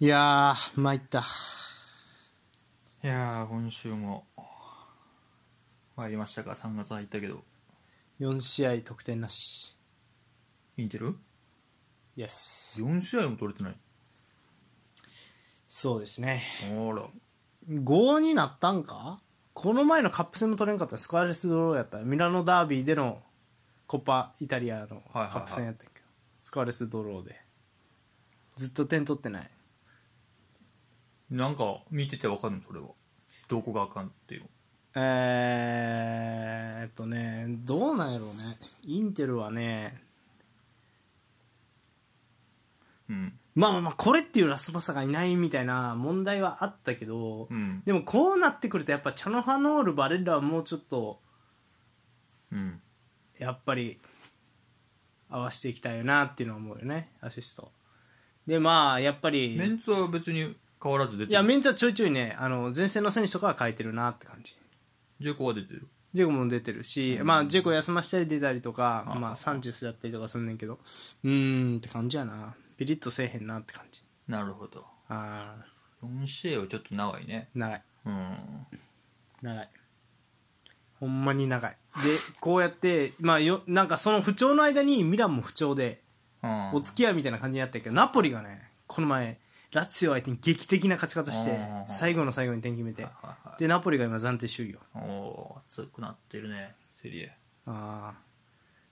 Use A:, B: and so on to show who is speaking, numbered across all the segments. A: いやー、参った。
B: いやー今週も参りましたか3月入ったけど
A: 4試合得点なし。
B: インテル
A: イエス。
B: 4試合も取れてない
A: そうですね。
B: あら
A: 5になったんかこの前のカップ戦も取れんかったスコアレスドローやった。ミラノダービーでのコパイタリアのカ
B: はいはい
A: ップ戦やったんやけど、スコアレスドローで。ずっと点取ってない。
B: なんか見ててわかるのそれはどこがあかんっていう
A: えーっとね、どうなんやろうね。インテルはね、
B: うん
A: まあまあまあ、これっていうラスボスがいないみたいな問題はあったけど、
B: うん
A: でもこうなってくるとやっぱチャノハノールバレッラはもうちょっと
B: うん
A: やっぱり合わせていきたいよなっていうのは思うよねアシストでまあやっぱり
B: メンツは別に変わらず出
A: い
B: て
A: や
B: る
A: メンツはちょいちょいねあの前線の選手とかは変えてるなって感じ
B: ジェコは出てる
A: ジェコも出てるし、まあジェコ休ましたり出たりとか、
B: あ
A: まあサンチェスやったりとかすんねんけどうーんって感じやなピリッとせえへんなって感じ
B: なるほど
A: ああ
B: 4試合はちょっと長いね
A: 長い
B: うん
A: 長いほんまに長いでこうやってまあよなんかその不調の間にミランも不調で
B: うん
A: お付き合いみたいな感じになったけどナポリがねこの前ラッツィオ相手に劇的な勝ち方して
B: うん
A: 最後の最後に点決めて
B: はいはい
A: でナポリが今暫定首位よ
B: おー熱くなってるねセリエ
A: ああ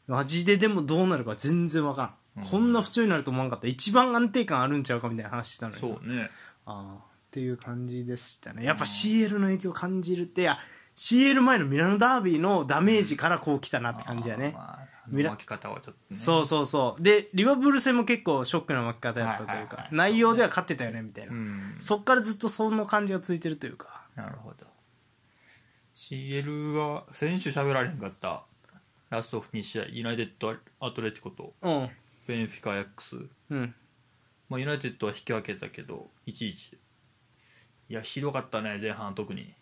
A: マジででもどうなるか全然分からん、こんな不調になると思わんかった一番安定感あるんちゃうかみたいな話してたのに
B: そうね
A: ああっていう感じでしたねやっぱ CL の影響を感じるっていや CL 前のミラノダービーのダメージからこう来たなって感じやね、
B: あーまああの
A: ミラ
B: 巻き方はちょっとね
A: そうそうそうでリバプール戦も結構ショックな負け方だったというか、
B: はいはいはい
A: 内容では勝ってたよねみたいな、
B: うん
A: そっからずっとその感じがついてるというか
B: なるほど CL は先週喋られへんかったラスト2試合ユナイテッドアトレティコと
A: うん
B: ベンフィカ X、
A: うん
B: まあ、ユナイテッドは引き分けたけど1-1いやひどかったね前半特に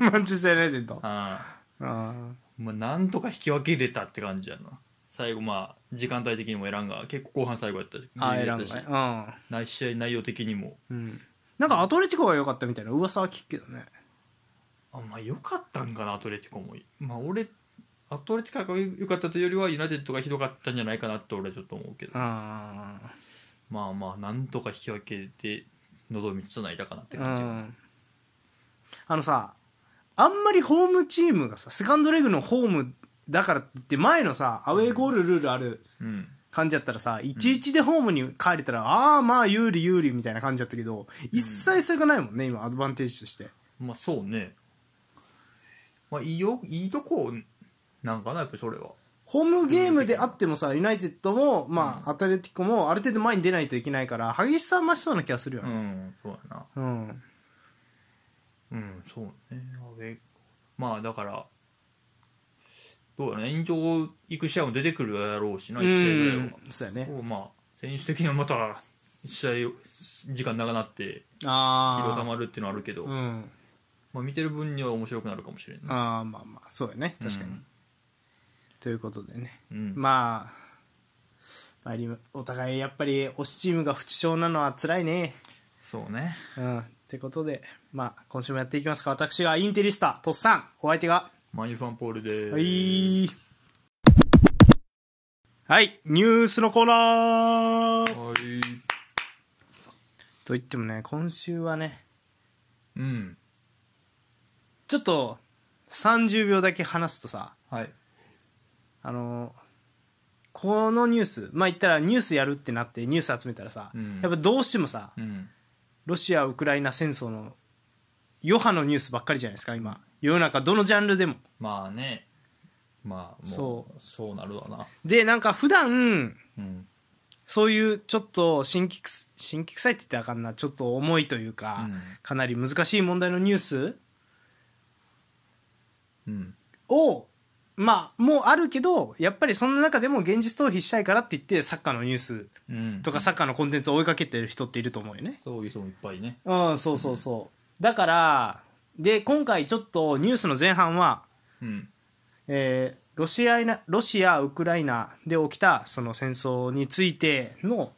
A: マンチェスター・ユナイテッド
B: あ
A: あ
B: ー、まあ、なんとか引き分けれたって感じやな最後まあ時間帯的にもエランが結構後半最後やったし
A: あ選ん
B: や
A: だ
B: ったし
A: ね
B: 内試合内容的にも
A: うん、うん、なんかアトレティコが良かったみたいな噂は聞くけどね
B: あまあ良かったんかなアトレティコもまあ俺アトレティコが良かったというよりはユナイテッドがひどかったんじゃないかなって俺はちょっと思うけど
A: ああ
B: まあまあなんとか引き分けで喉みつないだかなって
A: う
B: 感じ、
A: んあのさあんまりホームチームがさセカンドレグのホームだからって言って前のさアウェーゴールルールある
B: うん、
A: 感じやったらさ11でホームに帰れたら、ああまあ有利有利みたいな感じだったけど一切それがないもんね今アドバンテージとして
B: まあそうねまあいいよいいとこなんかなやっぱりそれは
A: ホームゲームであってもさユナイテッドも、まあアタレティコもある程度前に出ないといけないから激しさ増しそうな気がするよ
B: う
A: ね
B: んそうやな
A: うん、
B: うんそうねアウェーまあだからどうやろね延長行く試合も出てくるやろうしな
A: う
B: 1試合ぐらいは、
A: んそうやね
B: そうまあ選手的にはまた試合時間長なって疲
A: あ
B: 労た
A: あ
B: まるっていうのはあるけど
A: うん
B: まあ、見てる分には面白くなるかもしれんない
A: ああまあまあそうやね確かに、ということでね
B: うん、
A: まあ参りまお互いやっぱり推しチームが不調なのは辛いね
B: そうね
A: うんってことでまあ今週もやっていきますか私がインテリスタとっさんお相手が
B: マニファンポールで
A: は
B: す
A: いはいニュースのコーナー
B: はい
A: と言ってもね今週はね
B: うん
A: ちょっと30秒だけ話すとさ
B: はい
A: あのこのニュースまあ言ったらニュースやるってなってニュース集めたらさ、
B: うん
A: やっぱどうしてもさ
B: うん
A: ロシア・ウクライナ戦争の余波のニュースばっかりじゃないですか今世の中どのジャンルでも
B: まあねまあもう
A: そう
B: そうなるわな
A: でなんか普段
B: うん
A: そういうちょっと新規くす新規臭いって言ったらあかんなちょっと重いというか、
B: うん
A: かなり難しい問題のニュース
B: うん
A: をまあもうあるけどやっぱりその中でも現実逃避したいからって言ってサッカーのニュース
B: うん
A: とかサッカーのコンテンツを追いかけてる人っていると思うよね。
B: そういう人もいっぱいね
A: うん、そうそうそう。だから、で、今回ちょっとニュースの前半は、
B: うん
A: えーロシアイナ、ロシア、ウクライナで起きたその戦争についての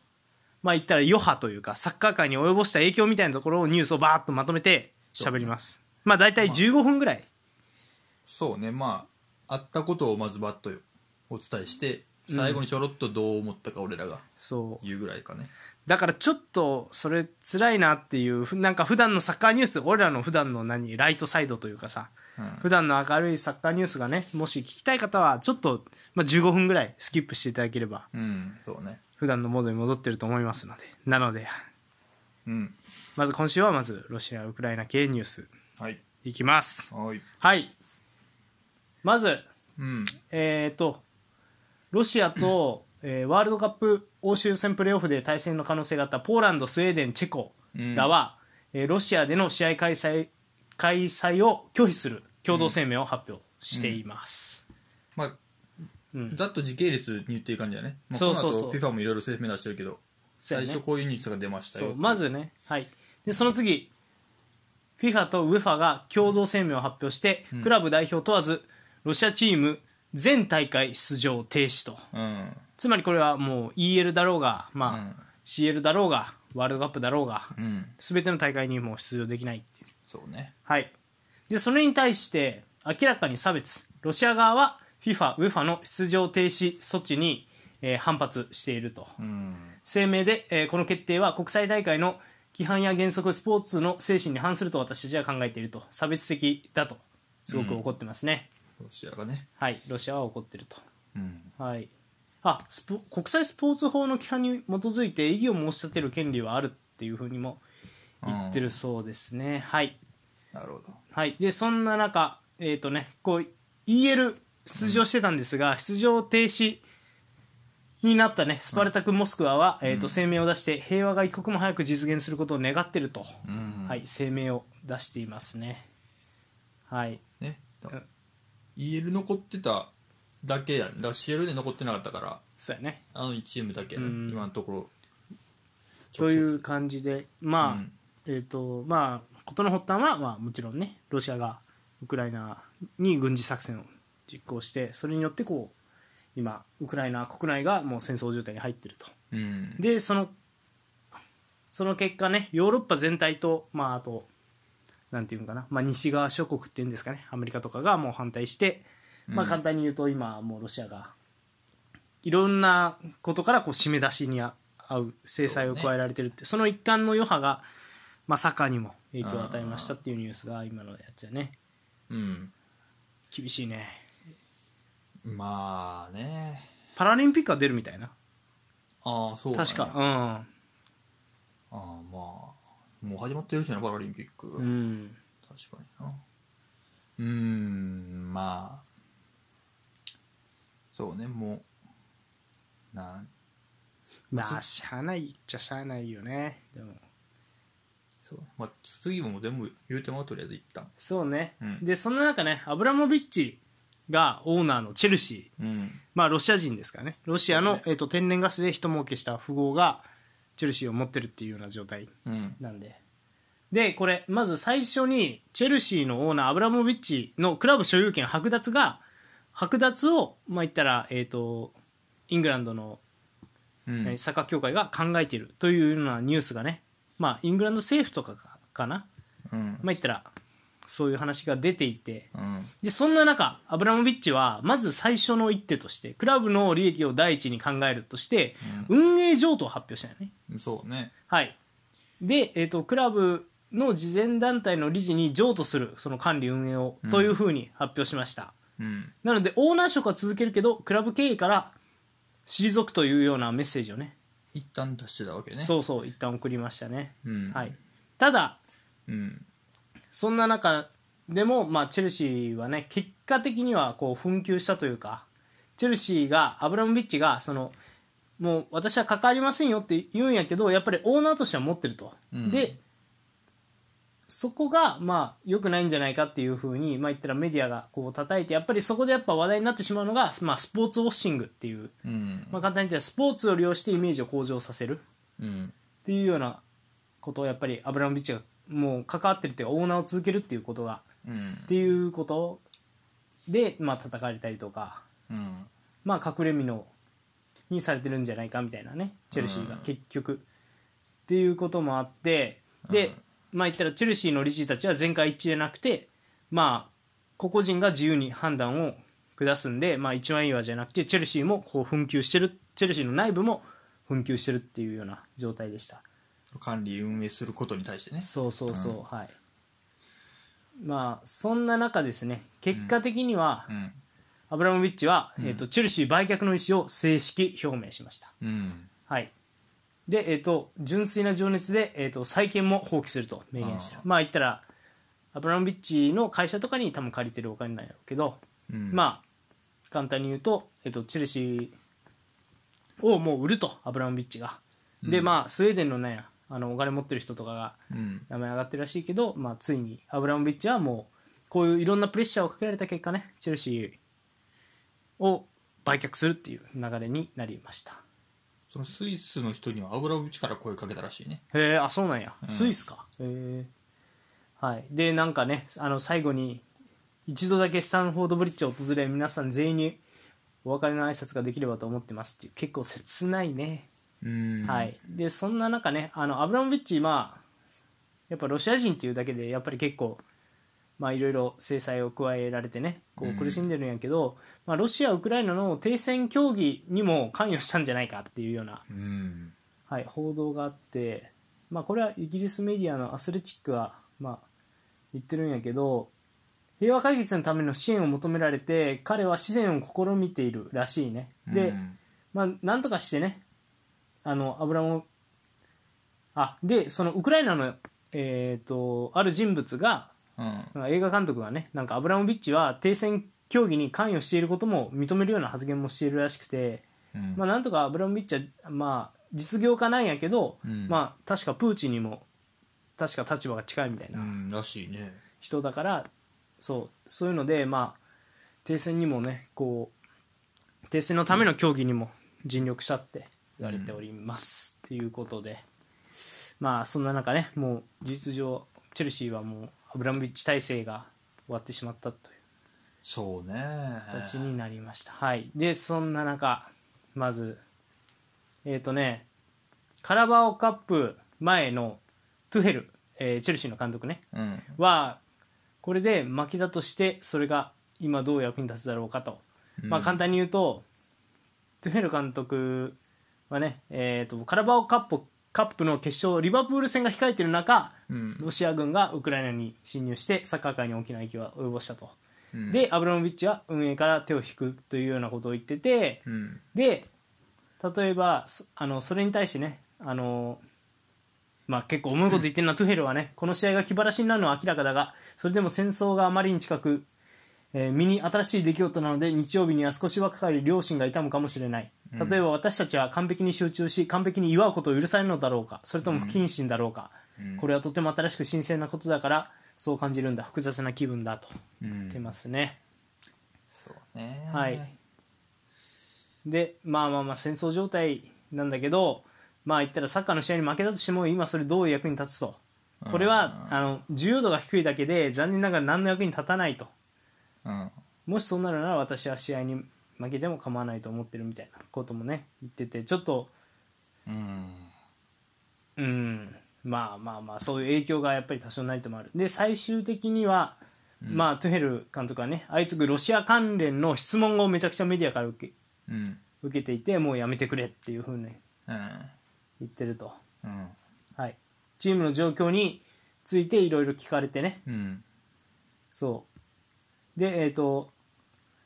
A: まあ言ったら余波というかサッカー界に及ぼした影響みたいなところをニュースをバーッとまとめて喋りますまあ大体15分ぐらい
B: そうねまああったことをまずバッとお伝えして最後にちょろっとどう思ったか俺らが
A: そう
B: 言うぐらいかね、
A: だからちょっとそれ辛いなっていうふなんか普段のサッカーニュース俺らの普段の何ライトサイドというかさ
B: うん
A: 普段の明るいサッカーニュースがねもし聞きたい方はちょっと、まあ、15分ぐらいスキップしていただければ
B: うん、そうね。
A: 普段のモードに戻ってると思いますのでなので
B: うん。
A: まず今週はまずロシア・ウクライナ系ニュース
B: はい。
A: いきます
B: はい。
A: はいまず
B: うん。
A: えっ、とロシアと、えーワールドカップ欧州戦プレーオフで対戦の可能性があったポーランドスウェーデンチェコらは、えーロシアでの試合開催開催を拒否する共同声明を発表しています、
B: まあ、
A: うん
B: ざっと時系列に言っていい感じだね。まあ、
A: そうそうそう
B: この後 FIFA もいろいろ声明出してるけど、
A: そうや
B: 最
A: ね
B: 初こういうニュースが出ました
A: そう
B: よ。
A: まずね、はい、でその次 FIFA と UEFA が共同声明を発表して、クラブ代表問わずロシアチーム全大会出場停止と
B: うん。
A: つまりこれはもう EL だろうが、まあ CL だろうがワールドカップだろうが
B: うん。うん。
A: 全ての大会にもう出場できないっていう
B: そうね。
A: はい。で、それに対して、明らかに差別。ロシア側は FIFA、UEFA の出場停止措置に、えー反発していると。
B: うん。
A: 声明で、えーこの決定は国際大会の規範や原則、スポーツの精神に反すると私たちは考えていると。差別的だと。すごく怒ってますね。
B: ロシアがね。
A: はい。ロシアは怒ってると。
B: うん。
A: はい。あスポ国際スポーツ法の規範に基づいて異議を申し立てる権利はあるっていうふうにも言ってるそうですね。はい。
B: なるほど。
A: はい、でそんな中、えーとね、こう EL 出場してたんですが、出場停止になった、ね、スパルタク・モスクワは、えー、と声明を出して平和が一刻も早く実現することを願ってると、
B: うん。
A: はい、声明を出していますね。はい、
B: ね。だ
A: うん
B: EL 残ってただけやね。だから CL で残ってなかったから、
A: そうやね
B: あの1チームだけやね、
A: うん
B: 今のところ。
A: とい
B: 直
A: う
B: 接。
A: 感じで、まあ
B: うん
A: えーとまあ、事の発端は、まあ、もちろんねロシアがウクライナに軍事作戦を実行してそれによってこう今ウクライナ国内がもう戦争状態に入ってると。
B: うん。
A: でそのその結果ねヨーロッパ全体とまああとなんていうんかな、まあ、西側諸国っていうんですかねアメリカとかがもう反対して、まあ、
B: うん
A: 簡単に言うと今もうロシアがいろんなことからこう締め出しにあ合う制裁を加えられてるってそ,、の一環の余波が、まあ、サッカーにも影響を与えましたっていうニュースが今のやつやね
B: うん。
A: 厳しいね
B: まあね。
A: パラリンピックは出るみたいな
B: ああ、そうなんや
A: 確か
B: ああまあもう始まってるしなパラリンピック、
A: うん、うん、
B: 確かになうーんまあそうねもうなん
A: まあしゃあないっちゃしゃあないよねでも
B: そう、まあ、次ももう全部言うてもらうとりあえず一旦
A: そうね、
B: うん
A: でその中ねアブラモビッチがオーナーのチェルシー
B: うん
A: まあロシア人ですからねロシアの、
B: そうね
A: えっと天然ガスで一儲けした富豪がチェルシーを持ってるっていうような状態
B: うん
A: なんででこれまず最初にチェルシーのオーナーアブラモビッチのクラブ所有権剥奪が剥奪をまあ言ったらえっ、とイングランドの
B: うん
A: 何サッカー協会が考えているというようなニュースがねまあイングランド政府とかかかな
B: うん
A: まあ言ったらそういう話が出ていて
B: うん
A: でそんな中アブラモビッチはまず最初の一手としてクラブの利益を第一に考えるとして、運営譲渡を発表したよね
B: そうね
A: はいで、えー、とクラブの慈善団体の理事に譲渡するその管理運営を、というふうに発表しました
B: うん
A: なのでオーナー職は続けるけどクラブ経営から退くというようなメッセージをね
B: 一旦出してたわけね
A: そうそう一旦送りましたね、
B: うん
A: はい、ただ
B: うん
A: そんな中でも、まあ、チェルシーはね結果的にはこう紛糾したというかチェルシーがアブラモビッチがそのもう私は関わりませんよって言うんやけどやっぱりオーナーとしては持ってると、
B: うん
A: でそこがまあ良くないんじゃないかっていうふうに、まあ、言ったらメディアがこう叩いてやっぱりそこでやっぱ話題になってしまうのが、まあ、スポーツウォッシングっていう、
B: うん
A: まあ、簡単に言ったらスポーツを利用してイメージを向上させる
B: うん
A: っていうようなことをやっぱりアブラモビッチがもう関わってるっていうかオーナーを続けるっていうことが
B: うん
A: っていうことで、まあ、叩かれたりとか、
B: うん
A: まあ、隠れ身のにされてるんじゃないかみたいなねチェルシーが
B: うん
A: 結局、っていうこともあってで、まあ言ったらチェルシーの理事たちは全会一致じゃなくてまあ個々人が自由に判断を下すんで、まあ、一枚岩じゃなくてチェルシーもこう紛糾してるチェルシーの内部も紛糾してるっていうような状態でした。
B: 管理運営することに対してね
A: そうそうそう、はいまあそんな中ですね結果的には、
B: うん
A: アブラモビッチは、えー、とチェルシー売却の意思を正式表明しました
B: うん
A: はいでえっ、と純粋な情熱で、えー、と債権も放棄すると明言してる
B: あ
A: まあ言ったらアブラモビッチの会社とかに多分借りてるお金なんやろうけど、
B: うん
A: まあ簡単に言うと、えっと、チェルシーをもう売るとアブラモビッチが、でまあスウェーデンのねあのお金持ってる人とかが
B: うん
A: 名前上がってるらしいけど、まあ、ついにアブラモビッチはもうこういういろんなプレッシャーをかけられた結果ねチェルシーを売却するっていう流れになりました
B: そのスイスの人には油口から声かけたらしいね
A: へえあそうなんや、スイスかへえはいでなんかねあの最後に一度だけスタンフォードブリッジを訪れ皆さん全員にお別れの挨拶ができればと思ってますっていう結構切ないね
B: うん
A: はい、でそんな中ねあのアブラモビッチ、まあ、やっぱロシア人っていうだけでやっぱり結構、まあ、いろいろ制裁を加えられてねこ
B: う
A: うん苦しんでるんやけど、まあ、ロシア、ウクライナの停戦協議にも関与したんじゃないかっていうような、
B: うん
A: はい、報道があって、まあ、これはイギリスメディアのアスレチックが、まあ、言ってるんやけど平和解決のための支援を求められて彼は支援を試みているらしいね。で、
B: うん
A: まあ、なんとかしてね、あの、油も、あ、で、その、ウクライナの、えっ、と、ある人物が、
B: うん
A: なんか映画監督がね、なんか、アブラモビッチは停戦協議に関与していることも認めるような発言もしているらしくて、
B: うん
A: まあ、なんとかアブラモビッチは、まあ、実業家なんやけど、
B: うん
A: まあ、確かプーチンにも、確か立場が近いみたいうなん
B: らしいね
A: 人だから、そう、そういうので、まあ、停戦にもね、こう、停戦のための協議にも尽力したって言われております。ということで、まあ、そんな中ね、もう、事実上、チェルシーはもう、アブラムビッチ体制が終わってしまったという
B: そうね
A: 形になりました。はい。で、そんな中、まず、えっ、とね、カラバオカップ前のトゥヘル、えーチェルシーの監督ね、
B: うん
A: はこれで負けだとしてそれが今どう役に立つだろうかと、まあ簡単に言うとトゥヘル監督はね、えー、とカラバオカップカップの決勝リバプール戦が控えている中
B: うん
A: ロシア軍がウクライナに侵入してサッカー界に大きな影響を及ぼしたと、
B: うん
A: でアブラモビッチは運営から手を引くというようなことを言ってて、
B: うん
A: で例えばそあのそれに対してねあの、まあ、結構重いこと言ってるなトゥヘルはねこの試合が気晴らしになるのは明らかだがそれでも戦争があまりに近く、えー身に新しい出来事なので日曜日には少しばかり両親が痛むかもしれない例えば私たちは完璧に集中し完璧に祝うことを許されるのだろうかそれとも不謹慎だろうか、これはとても新しく新鮮なことだからそう感じるんだ複雑な気分だと
B: う
A: 言って
B: ん
A: ますね。
B: そうね
A: はいでまあまあまあ戦争状態なんだけどまあ言ったらサッカーの試合に負けたとしても今それどう役に立つとこれはあの重要度が低いだけで残念ながら何の役に立たないと
B: うん
A: もしそうなるなら私は試合に負けても構わないと思ってるみたいなこともね言っててちょっと
B: うん
A: うんまあまあまあそういう影響がやっぱり多少ないともあるで最終的には、まあトゥヘル監督はね相次ぐロシア関連の質問をめちゃくちゃメディアから受け
B: うん
A: 受けていてもうやめてくれっていうふうに
B: うん
A: 言ってると。
B: うん
A: はい、チームの状況についていろいろ聞かれてね
B: うん
A: そうでえっ、と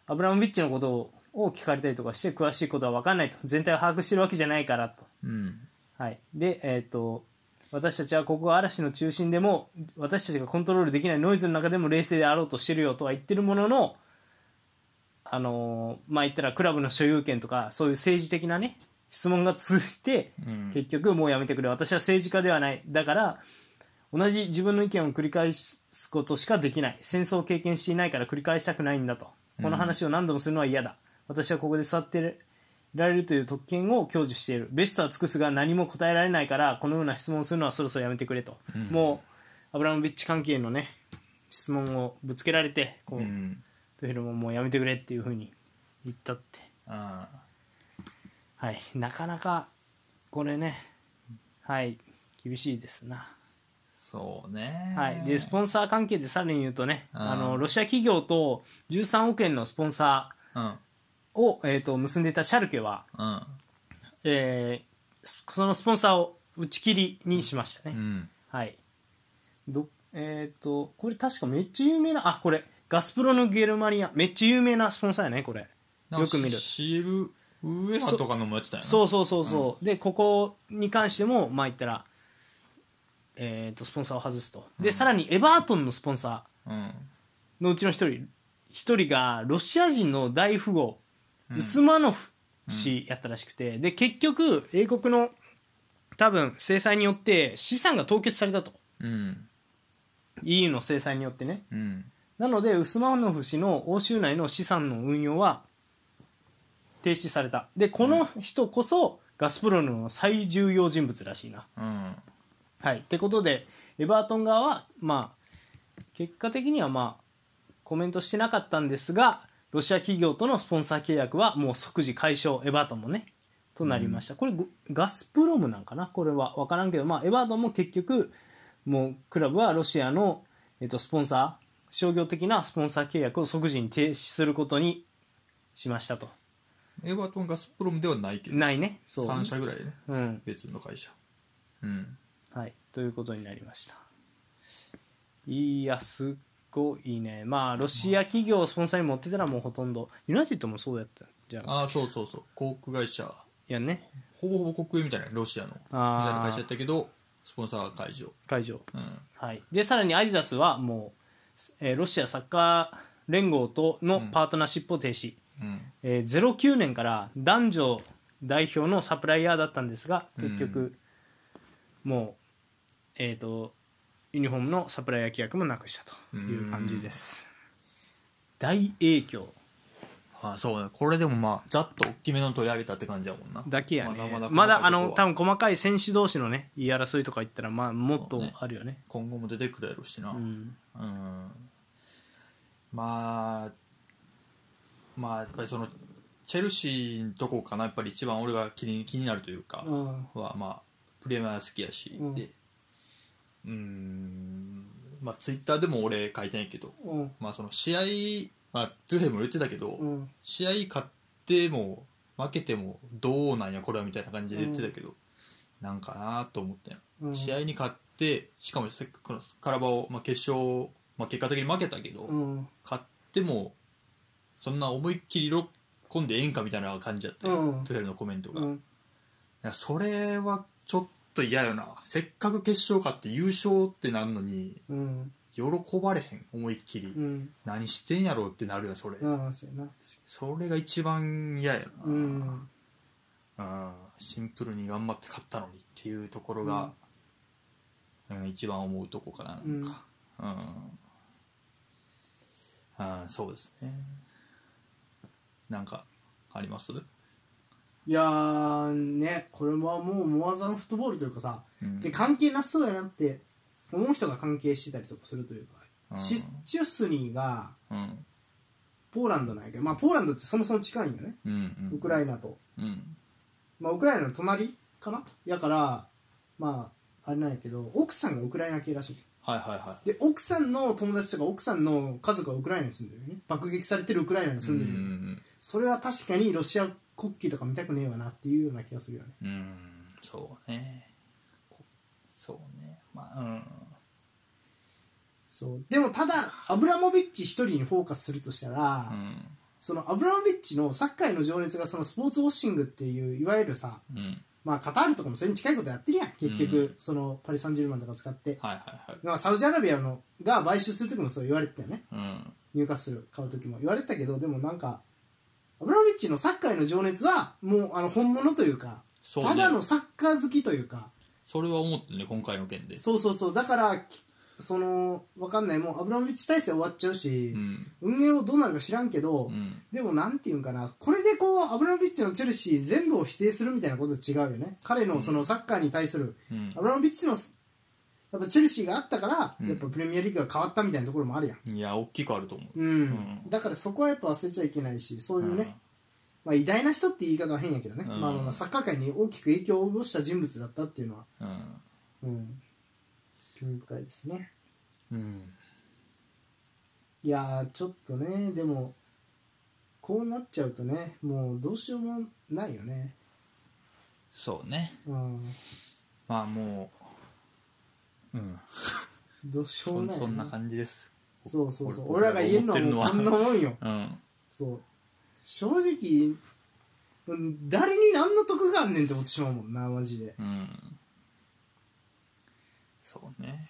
A: アブラモビッチのことをを聞かれたりとかして詳しいことは分かんないと全体を把握してるわけじゃないからと、
B: うん
A: はい、でえっ、と私たちはここが嵐の中心でも私たちがコントロールできないノイズの中でも冷静であろうとしてるよとは言ってるもののあのーまあ言ったらクラブの所有権とかそういう政治的なね質問が続いて、
B: うん
A: 結局もうやめてくれ私は政治家ではないだから同じ自分の意見を繰り返すことしかできない戦争を経験していないから繰り返したくないんだとこの話を何度もするのは嫌だ私はここで座っていられるという特権を享受しているベストは尽くすが何も答えられないからこのような質問をするのはそろそろやめてくれと、もうアブラモビッチ関係のね質問をぶつけられてこう、
B: うん
A: トゥヘルももうやめてくれっていうふうに言ったって
B: あ
A: はい、なかなかこれね、はい、厳しいですな。
B: そうね。
A: はい、でスポンサー関係でさらに言うとね、
B: うん
A: あのロシア企業と13億円のスポンサ
B: うん。
A: ーを、えー、と結んでいたシャルケは、
B: うん。
A: えーそのスポンサーを打ち切りにしましたね。
B: うん。
A: はいどえっ、とこれ確かめっちゃ有名なあこれガスプロのゲルマニアめっちゃ有名なスポンサーやねこれよく見る
B: シール、ウエストとかのもやってたよね。
A: そうそうそうそう、でここに関してもまあ言ったらえっ、とスポンサーを外すとで、さらにエバートンのスポンサ
B: うん。
A: ーのうちの一人一人がロシア人の大富豪、ウスマノフ氏やったらしくてで結局英国の多分制裁によって資産が凍結されたと
B: うん。
A: EU の制裁によってね、
B: うん。
A: なのでウスマノフ氏の欧州内の資産の運用は停止されたでこの人こそガスプロムの最重要人物らしいな、
B: うん。
A: はい、ってことでエバートン側は、まあ、結果的には、まあ、コメントしてなかったんですがロシア企業とのスポンサー契約はもう即時解消エバートンもねとなりました、これごガスプロムなんかなこれは分からんけど、まあ、エバートンも結局もうクラブはロシアの、えっとスポンサー商業的なスポンサー契約を即時に停止することにしましたと
B: エバートンガスプロムではないけど、
A: ないねそう
B: 3社ぐらいでね。
A: うん
B: 別の会社。うん。
A: はい、ということになりましたいやすっごいねまあロシア企業をスポンサーに持ってたらもうほとんどユナイテッドもそうやったじゃあ
B: ああ、そうそうそう。航空会社。
A: いやね
B: ほぼほぼ国営みたいな、ロシアの。みたい
A: あー
B: な会社やったけど、スポンサー会場。
A: 会場
B: うん。
A: はいでさらにアディダスはもう、えーロシアサッカー連合とのパートナーシップを停止、
B: うん。
A: えー09年から男女代表のサプライヤーだったんですが結局、もうえっ、とユニフォームのサプライヤー契約もなくしたという感じです、大影響
B: ああ、そうね。これでもまあ、ざっと大きめの取り上げたって感じやもんな。
A: だけやねま
B: まだ
A: だ
B: まだ
A: あの多
B: 分
A: 分細かい選手同士のね言い争いとか言ったらまあもっと
B: そうね
A: あるよね
B: 今後も出てくるやろうしな。
A: うん
B: うんまあまあやっぱりそのチェルシーのとこかなやっぱり一番俺が気に気になるというか、
A: うん
B: はまあプレミア好きやし、
A: うん
B: でうーんまあツイッターでも俺書いてないけど、
A: うん
B: まあその試合まあトゥルヘも言ってたけど、
A: うん
B: 試合勝っても負けてもどうなんやこれはみたいな感じで言ってたけど、なんかなと思って、
A: うん
B: 試合に勝ってしかもせっかくのカラバオ、まあ、決勝、まあ、結果的に負けたけど、
A: うん
B: 勝ってもそんな思いっきり喜んでええんかみたいな感じだったよ、
A: うん
B: トゥヘルのコメントが、
A: う
B: い
A: ん
B: やそれはちょっと嫌よなせっかく決勝勝って優勝ってなるのに
A: うん
B: 喜ばれへん思いっきり、
A: うん
B: 何してんやろうってなるよそれ、
A: うんそうやな
B: それが一番嫌やな、
A: うん
B: うんシンプルに頑張って勝ったのにっていうところが、うん一番思うとこかななんかうん、うんそうですねなんかあります
A: いやーねこれはもうモアザのフットボールというかさ、
B: うん
A: で関係なさそうやなって思う人が関係してたりとかするというか、
B: うん
A: シッチュスニーが
B: うん
A: ポーランドなんやけど、まあ、ポーランドってそもそも近いんよね
B: うんうん
A: ウクライナと、
B: うん
A: まあ、ウクライナの隣かなやからまああれなんやけど奥さんがウクライナ系らしい
B: はいはいは
A: で奥さんの友達とか奥さんの家族がウクライナに住んでるよね爆撃されてるウクライナに
B: い
A: 住んでる
B: う
A: よね、
B: ん
A: それは確かにロシア国旗とか見たくねえわなっていうような気がするよね
B: うんうんそうねこそうねまあうん
A: そうでもただアブラモビッチ一人にフォーカスするとしたら、
B: うん
A: そのアブラモビッチのサッカーへの情熱がそのスポーツウォッシングっていういわゆるさ
B: うん
A: まあカタールとかもそれに近いことやってるやん結局、
B: うん
A: そのパリ・サンジェルマンとか使って、
B: はいはいはい
A: まあ、サウジアラビアのが買収する時もそう言われてたよね
B: うん
A: 入荷する買う時も言われてたけどでもなんかアブラモビッチのサッカーへの情熱はもうあの本物というか
B: そうね
A: ただのサッカー好きというか
B: それは思ってね今回の件で
A: そうそうそうだからきそのわかんないもうアブラモビッチ体制終わっちゃうし、
B: うん
A: 運営をどうなるか知らんけど、
B: うん
A: でもなんていうんかなこれでこうアブラモビッチのチェルシー全部を否定するみたいなことは違うよね彼のそのサッカーに対する、
B: うん
A: アブラモビッチのすやっぱチェルシーがあったから、
B: うん
A: やっぱプレミアリーグが変わったみたいなところもあるやん
B: いや大きくあると思う
A: うん、
B: うん
A: だからそこはやっぱ忘れちゃいけないしそういうね、
C: まあ、偉大な人って言い方は変やけどね、
B: うん
C: まあまあまあサッカー界に大きく影響を及ぼした人物だったっていうのは、
B: うん
C: うん、興味深いですね
B: うん
C: いやーちょっとねでもこうなっちゃうとねもうどうしようもないよね
B: そうね
C: うん
B: まあもううん
C: どうしようも
B: そん
C: ないよ
B: そ
C: ね
B: んな感じです
C: そうそうそう
B: 僕
C: 俺らが言えるのはもう
B: 僕
C: こんなもんよ
B: うん
C: そう正直うん誰に何の得があんねんって思ってしまうもんなマジで
B: うんそうね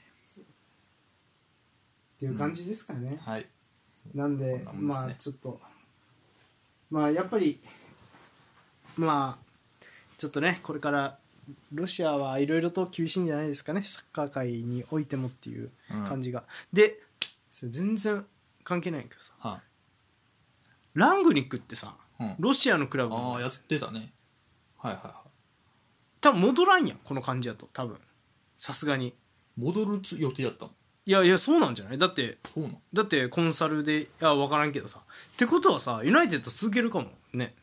C: っていう感じですかね、
B: はい
C: なんで
B: こんなもんですね
C: まあちょっとまあやっぱりまあちょっとねこれからロシアはいろいろと厳しいんじゃないですかねサッカー界においてもっていう
B: うん
C: 感じが、でそれ全然関係ないけどさ
B: は
A: ラングニックってさ
B: い、うん、
A: ロシアのクラブ
B: あ
A: な
B: あ
A: んだ
B: やってたねはいはいはい
A: 多分戻らんやんこの感じだと多分さすがに
B: 戻るつ予定だったの
A: いやいやそうなんじゃないだって
B: そうなの
A: だってコンサルでいや分からんけどさってことはさユナイテッド続けるかもね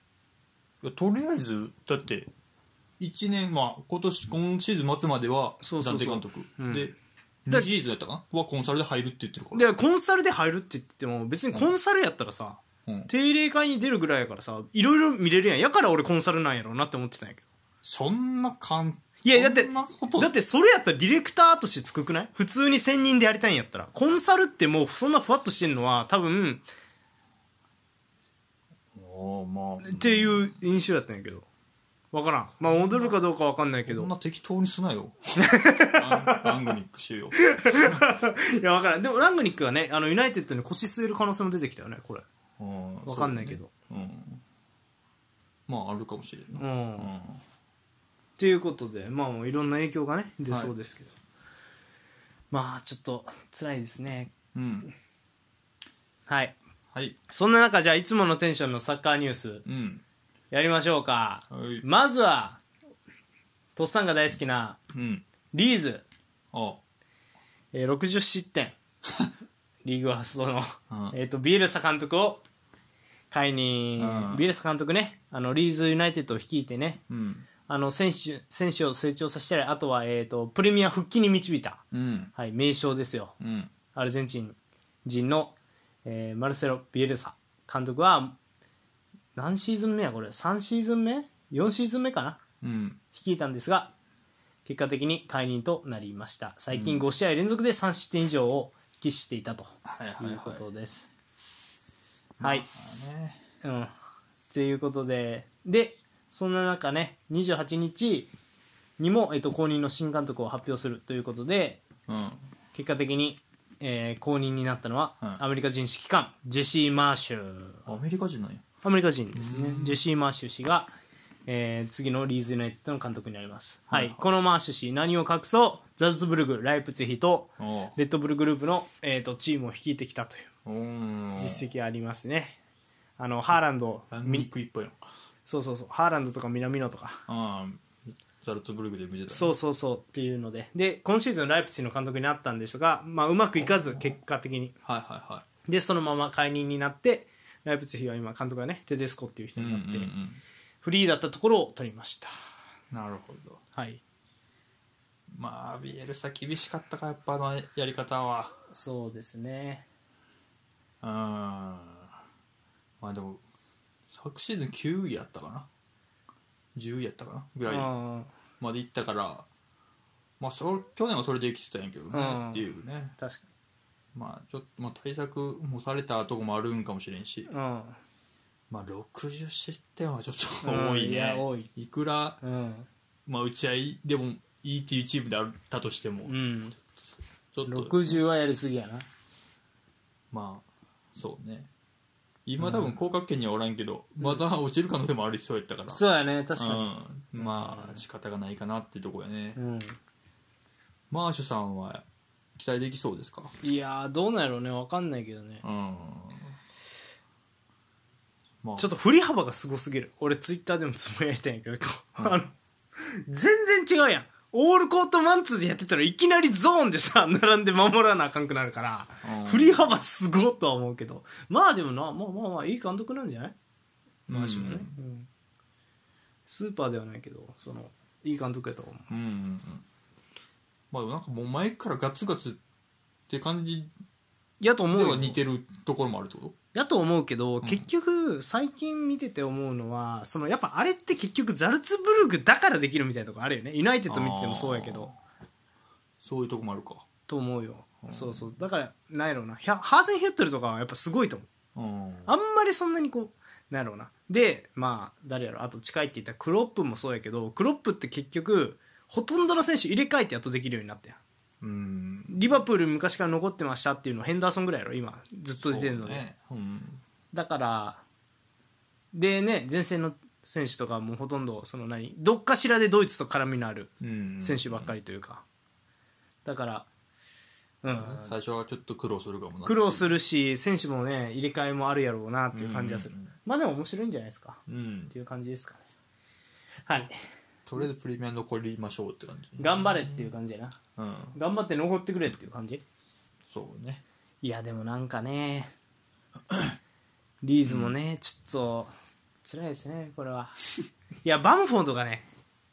B: いやとりあえずだって1年まあ今年今シーズン末までは
A: そうそうそう
B: 暫定監督
A: うん
B: で
A: だ
B: 2シーズンやったかなはコンサルで入るって言ってるから
A: でコンサルで入るって言っても別にコンサルやったらさ、
B: うん
A: 定例会に出るぐらいやからさいろいろ見れるやんやから俺コンサルなんやろうなって思ってたんやけど
B: そんな簡
A: いやだって
B: そんなこと
A: だってそれやったらディレクターとしてつくくない普通に専任でやりたいんやったらコンサルってもうそんなふわっとしてんのは多分
B: おーまあ
A: っていう印象やったんやけど分からんまあ戻るかどうか分かんないけ
B: そ
A: ど
B: んな適当にす なよランラングニックしようよ
A: いや分からんでもラングニックはねあのユナイテッドに腰据える可能性も出てきたよねこれ
B: うん
A: 分かんないけど
B: そうねうんまああるかもしれん
A: う
B: な、
A: ん、
B: う
A: っ
B: ん
A: ていうことでまあもういろんな影響がね出
B: はい
A: そうですけど、まあちょっと辛いですね
B: うん、
A: はい
B: はい
A: そんな中じゃあいつものテンションのサッカーニュース
B: うん
A: やりましょうか
B: はい
A: まずはとっさんが大好きな
B: うん
A: リーズ、
B: あ
A: えー60失 点リーグワーストの、
B: うん
A: えー、とビエルサ監督を解任、
B: うん
A: ビエルサ監督ねあのリーズユナイテッドを率いてね
B: うん
A: あの選手選手を成長させたりあとは、えー、とプレミア復帰に導いた、
B: うん
A: はい、名将ですよ
B: うん
A: アルゼンチン人の、えーマルセロ・ビエルサ監督は何シーズン目やこれ3シーズン目4シーズン目かな
B: うん
A: 率いたんですが結果的に解任となりました最近5試合連続で3失点以上を喫していたと
B: はいはいいう
A: こ
B: はい
A: とですはい、
B: まあね
A: うんということででそんな中ね28日にも、えっと、後任の新監督を発表するということで
B: うん
A: 結果的に、えー後任になったのは、
B: はい
A: アメリカ人指揮官ジェシー・マーシュ
B: アメリカ人なんや
A: アメリカ人ですねジェシー・マーシュ氏が、えー次のリーズ・ユナイテッドの監督になります、はい
B: はいはい
A: このマーシュ氏何を隠そうザルツブルグライプツィヒと
B: あ
A: レッドブルグループの、えー、とチームを率いてきたという
B: あうん
A: 実績がありますねあのハーランド
B: ラングニックいっぱいやん
A: そうそうそうハーランドとか南野とか
B: ああザルツブルクで見てた
A: そううそうそうっていうのでで今シーズンライプツィヒの監督になったんですが、まあ、うまくいかず結果的に
B: はいはいは
A: でそのまま解任になってライプツィヒは今監督がねテデスコっていう人
B: い
A: になって、
B: うんうんうん
A: フリーだったところを取りました
B: なるほど
A: はい
B: まあビエルサ厳しかったかやっぱあのやり方は
A: そうですね
B: うんまあでも昨シーズン9位やったかな10位やったかなぐらい
A: うん
B: までいったからまあそ去年はそれで生きてたんやけど
A: うん
B: ねっていうね
A: 確か
B: まあちょっと、まあ、対策もされたとこもあるんかもしれんし
A: にうん
B: まあ60失点はちょっと
A: うん
B: 多いね、
A: いや多い
B: くら、
A: うん、
B: まあ、打ち合いでもいいっていうチームであったとしても、
A: うん、
B: ちょっと
A: 60はやりすぎやな
B: まあそうね今多分降格圏にはおらんけど、また落ちる可能性もありそうやったから、
A: そうやね確かに
B: うん、まあ仕方がないかなってとこやね、
A: うん、
B: マーシュさんは期待できそうですか
A: いやーどうなんやろうね分かんないけどね
B: うんまあ
A: ちょっと振り幅がすごすぎる俺ツイッターでもつぶやいたんやけど、こうあの全然違うやんオールコートマンツーでやってたらいきなりゾーンでさ 並んで守らなあかんくなるから、
B: うん
A: 振り幅すごっとは思うけどまあでもなまあまあまあいい監督なんじゃない話もね、うんスーパーではないけどそのいい監督やと思う
B: うんうんうんまあでもなんかもう前からガツガツって感じ
A: やと思う
B: では
A: よ
B: 似てるところもあるってこと
A: やと思うけど、
B: ん
A: 結局最近見てて思うのはそのやっぱあれって結局ザルツブルグだからできるみたいなとこあるよねユナイテッド見ててもそうやけど
B: そういうとこもあるか
A: と思うよ、
B: うん
A: そうそうだからなんやろうなヒャハーゼンヒュッテルとかはやっぱすごいと思う
B: うん
A: あんまりそんなにこうなんやろうなでまあ誰やろあと近いって言ったらクロップもそうやけどクロップって結局ほとんどの選手入れ替えてやっとできるようになったやん
B: うん
A: リバプール昔から残ってましたっていうのヘンダーソンぐらいやろ今ずっと出てるの
B: そう
A: ね
B: ねうん
A: だからでね前線の選手とかもほとんどその何どっかしらでドイツと絡みのある
B: うん
A: 選手ばっかりというか、だからうん
B: 最初はちょっと苦労するかもな
A: 苦労するし選手もね入れ替えもあるやろうなっていう感じがする、
B: うんうんうん
A: まあでも面白いんじゃないですか
B: うん
A: っていう感じですかねはい
B: とりあえずプレミア残りましょうって感じ
A: 頑張れっていう感じやな
B: うん
A: 頑張って残ってくれっていう感じ
B: そうね
A: いやでもなんかね リーズもね、ちょっと辛いですねこれは いやバムフォードがね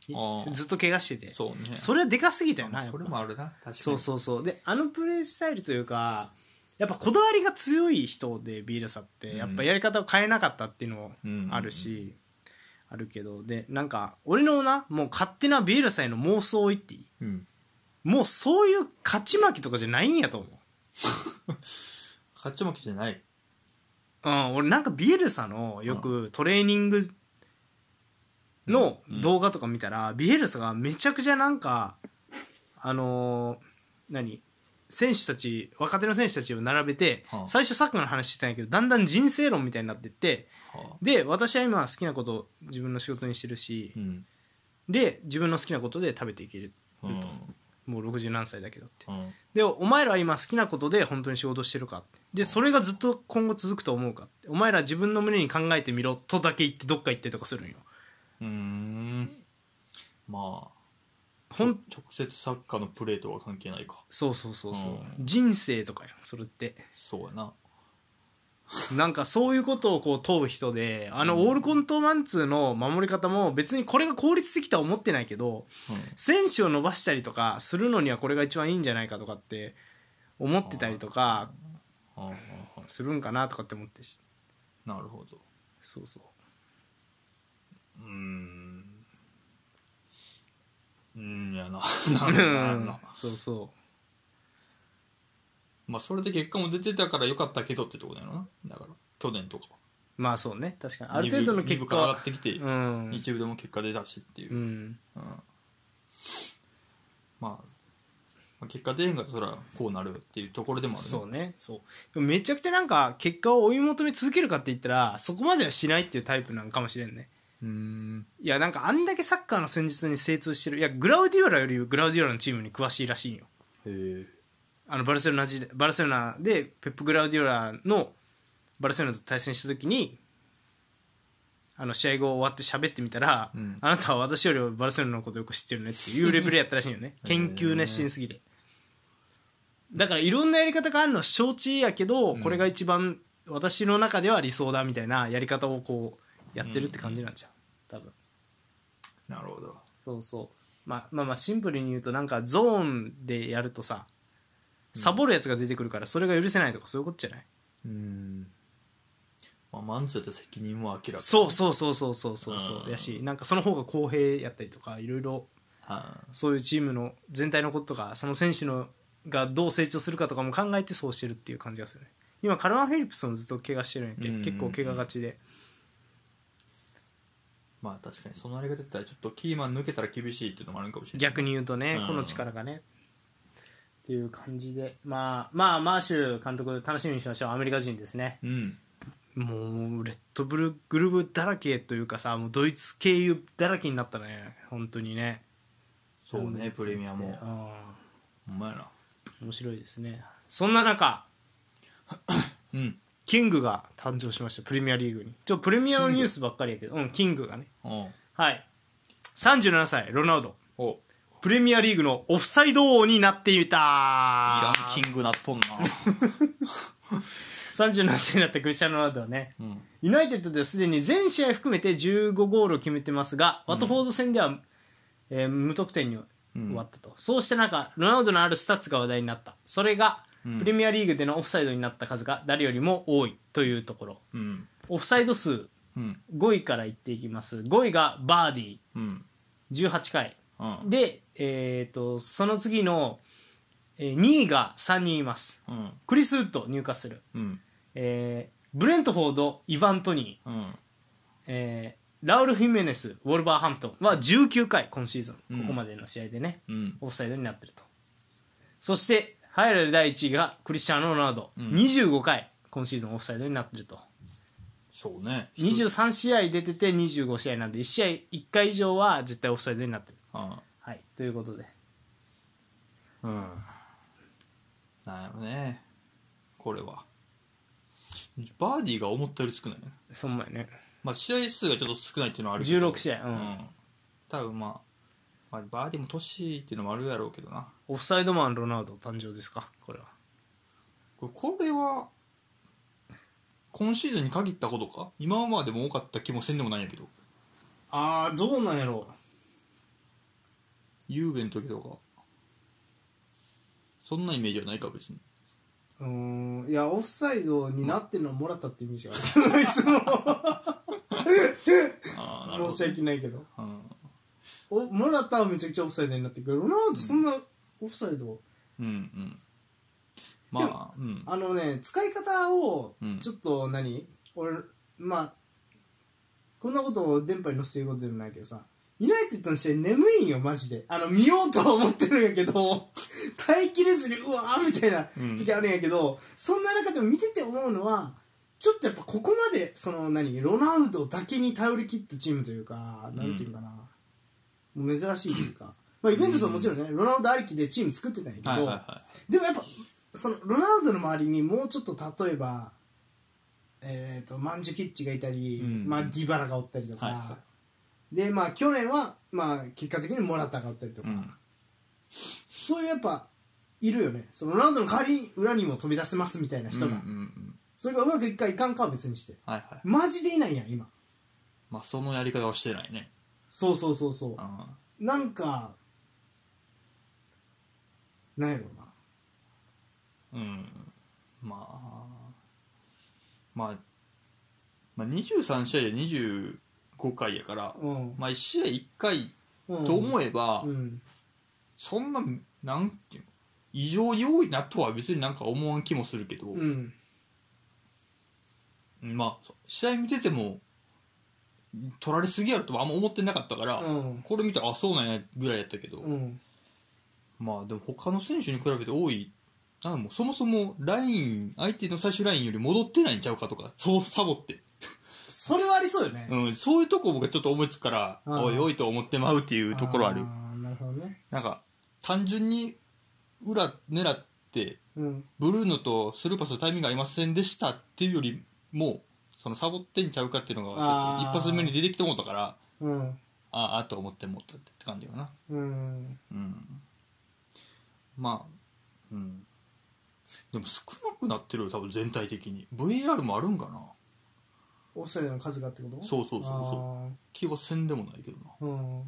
A: い
B: あー
A: ずっと怪我しててそ,、
B: そうね
A: れはでかすぎたよなやっ
B: そ
A: ぱ
B: れもあるな確かに
A: そうそうそうであのプレースタイルというかやっぱこだわりが強い人でビーラサってやっぱやり方を変えなかったっていうのもあるし、あるけどでなんか俺のなもう勝手なビーラサへの妄想を言っていい
B: うん
A: もうそういう勝ち負けとかじゃないんやと思う
B: 勝ち負けじゃない
A: うん、俺なんかビエルサのよくトレーニングの
B: うん
A: 動画とか見たら、ビエルサがめちゃくちゃなんかあのー何選手たち若手の選手たちを並べて、
B: はあ
A: 最初サッカーの話してたんやけどだんだん人生論みたいになってって
B: はあ
A: で私は今好きなことを自分の仕事にしてるし、
B: うん
A: で自分の好きなことで食べていける
B: うんうん
A: もう60何歳だけどってでお前らは今好きなことで本当に仕事してるかってでそれがずっと今後続くと思うかってお前ら自分の胸に考えてみろとだけ言ってどっか行ってとかするんよ
B: うーんまあ
A: ほん
B: 直接サッカーのプレーとは関係ないか
A: そうそうそうそう、
B: う
A: 人生とかやんそれって
B: そうやな
A: なんかそういうことをこう問う人であのオールコントマンツーの守り方も別にこれが効率的とは思ってないけど
B: うん
A: 選手を伸ばしたりとかするのにはこれが一番いいんじゃないかとかって思ってたりとか
B: ああ
A: するんかなとかって思ってし
B: なるほど
A: そうそう
B: うーんうーんやな なるほどなるほど
A: そうそう
B: まあそれで結果も出てたから良かったけどってとこだよなだから去年とか
A: まあそうね確かにある程度の
B: 二
A: 結
B: 部二部
A: 果
B: から上が
A: は
B: ってきて、
A: うん、
B: 一部でも結果出たしっていう、
A: うん、
B: うんまあまあ結果出へんかったらそらこうなるっていうところでもあるね
A: そうねそうでもめちゃくちゃなんか結果を追い求め続けるかって言ったらそこまではしないっていうタイプなんかもしれんね
B: うーん
A: いやなんかあんだけサッカーの戦術に精通してるいやグラウディオラよりグラウディオラのチームに詳しいらしいんよ
B: へえ
A: あのバルセロナ時代バルセロナでペップ・グラウディオラのバルセロナと対戦した時にあの試合後終わって喋ってみたら、
B: うん
A: あなたは私よりバルセロナのことよく知ってるねっていうレベルやったらしいよ ね研究熱心すぎてだからいろんなやり方があるのは承知やけど、これが一番私の中では理想だみたいなやり方をこうやってるって感じなんじゃん多分
B: なるほど
A: そうそう、まあ、まあまあシンプルに言うとなんかゾーンでやるとさサボるやつが出てくるからそれが許せないとかそういうことじゃない、
B: うーんまあマンツーって責任も明らか
A: そうそうそうそうそうそうそう
B: うん
A: やしなんかその方が公平やったりとかいろいろ
B: は
A: そういうチームの全体のこととかその選手のがどう成長するかとかも考えてそうしてるっていう感じがするね今カルマン・フィリップスもずっと怪我してるんやけど、
B: うん
A: 結構怪我がちで
B: まあ確かにそのあれが出たらちょっとキーマン抜けたら厳しいっていうのもあるんかもしれない
A: 逆に言うとね、
B: うん
A: この力がねっていう感じでまあまあマーシュ監督楽しみにしましょうアメリカ人ですね
B: うん
A: もうレッドブルグルーブだらけというかさもうドイツ経由だらけになったね本当にね
B: そうねプレミア
A: う
B: も
A: ん
B: お前ら
A: 面白いですねそんな中
B: うん
A: キングが誕生しましたプレミアリーグにちょプレミアのニュースばっかりやけどうんキングがね
B: お
A: はい37歳ロナウド
B: おい
A: プレミアリーグのオフサイド王になっていた
B: いランキングなっとんな
D: 37歳になったクリスチャン・ロナウドはね、
B: うん
D: ユナイテッドではすでに全試合含めて15ゴールを決めてますが、ワトフォード戦では、えー無得点に終わったと、そうしてなんかロナウドのあるスタッツが話題になったそれが、プレミアリーグでのオフサイドになった数が誰よりも多いというところ
B: うん
D: オフサイド数
B: うん
D: 5位からいっていきます5位がバーディ
B: うん
D: ー18回
B: うん
D: で、えー、とその次の、え2位が3人います
B: うん
D: クリス・ウッド入荷する、
B: うん
D: えーブレントフォードイヴァン・トニー
B: うん
D: えーラウル・フィメネス、ウォルバーハンプトンは19回、今シーズン、
B: うん
D: ここまでの試合でね、
B: うん
D: オフサイドになってると。そして、栄えられる第1位がクリスチャーノ・ロナウド、
B: ん
D: 25回、今シーズンオフサイドになってると。
B: そうね
D: 23試合出てて25試合なんで、1試合1回以上は絶対オフサイドになってる。
B: うん
D: はい、ということで。
B: うんなんやろねこれはバーディーが思ったより少ないね
D: そんまやね。
B: まあ試合数がちょっと少ないっていうのはあるけど
D: 16試合うん
B: 多分まあ、まあ、バーディーも年っていうのもあるやろうけどな
D: オフサイドマン・ロナウド誕生ですか、これは。
B: これこれは今シーズンに限ったことか今までも多かった気もせんでもないんやけど
A: ああどうなんやろ
B: ゆうべの時とかそんなイメージはないか別に
A: ううーんいやオフサイドになってるのはもらったってイメージが あるいつ
B: あ あなる
A: も
B: ほ
A: 申し訳ないけど
B: ど、うん
A: おもらったはめちゃくちゃオフサイドになってくるロナウドそんなオフサイド、
B: うんうんまあうん
A: あのね使い方を
B: うん
A: ちょっと何、俺まあこんなことを電波に載せてることでもないけどさユナイテッドの試合眠いんよマジであの見ようとは思ってるんやけど耐えきれずにうわーみたいな
B: うん
A: 時あるんやけど、そんな中でも見てて思うのはちょっとやっぱここまでその何ロナウドだけに頼り切ったチームというかなんていうかな、もう珍しいというか、まあ、イベントスはもちろんね、ロナウドありきでチーム作ってたんやけど、
B: はいはいは
A: でもやっぱそのロナウドの周りにもうちょっと例えば、えー、とマンジュキッチがいたり、
B: うん
A: まあ、ディバラがおったりとか、
B: はいは
A: でまあ、去年は、まあ、結果的にモラタがおったりと
B: い
A: か、
B: うん
A: そういうやっぱいるよねそのロナウドの代わりに裏にも飛び出せますみたいな人が、
B: うんうんうん
A: それがうまくいくかいかんかは別にして
B: はいはい
A: マジでいないやん今
B: まあそのやり方はしてないね
A: そうそうそうそううんなんかなんやろうな
B: うんまあ、まあ、まあ23試合で25回やから、
A: うん
B: まあ1試合1回
A: うん
B: と思えば、
A: うん
B: そんななんていうの異常に多いなとは別になんか思わん気もするけど、
A: うん
B: まあ試合見てても取られすぎやろとはあんま思ってなかったから、
A: うん
B: これ見たらあそうなんやぐらいやったけど、
A: うん
B: まあでも他の選手に比べて多いなんかもうそもそもライン相手の最終ラインより戻ってないんちゃうかとかそうサボって、
A: それはありそうよね、
B: うん、そういうとこ僕はちょっと思いつくから
A: あー
B: おいおいと思ってまうっていうところある
A: あーなるほどね
B: なんか単純に裏狙って
A: うん
B: ブルーノとスルーパスのタイミングが合いませんでしたっていうよりもそのサボってんちゃうかっていうのがちょっと一
A: あー
B: 発目に出てきて思ったから
A: うん
B: あーあーと思って思ったって感じかな
A: うん
B: うんまあ、うん。でも少なくなってるよ、多分全体的に。VAR もあるんかな
A: オフサイドの数がってこと
B: そうそうそうそ気はせんでもないけどな。
A: ううん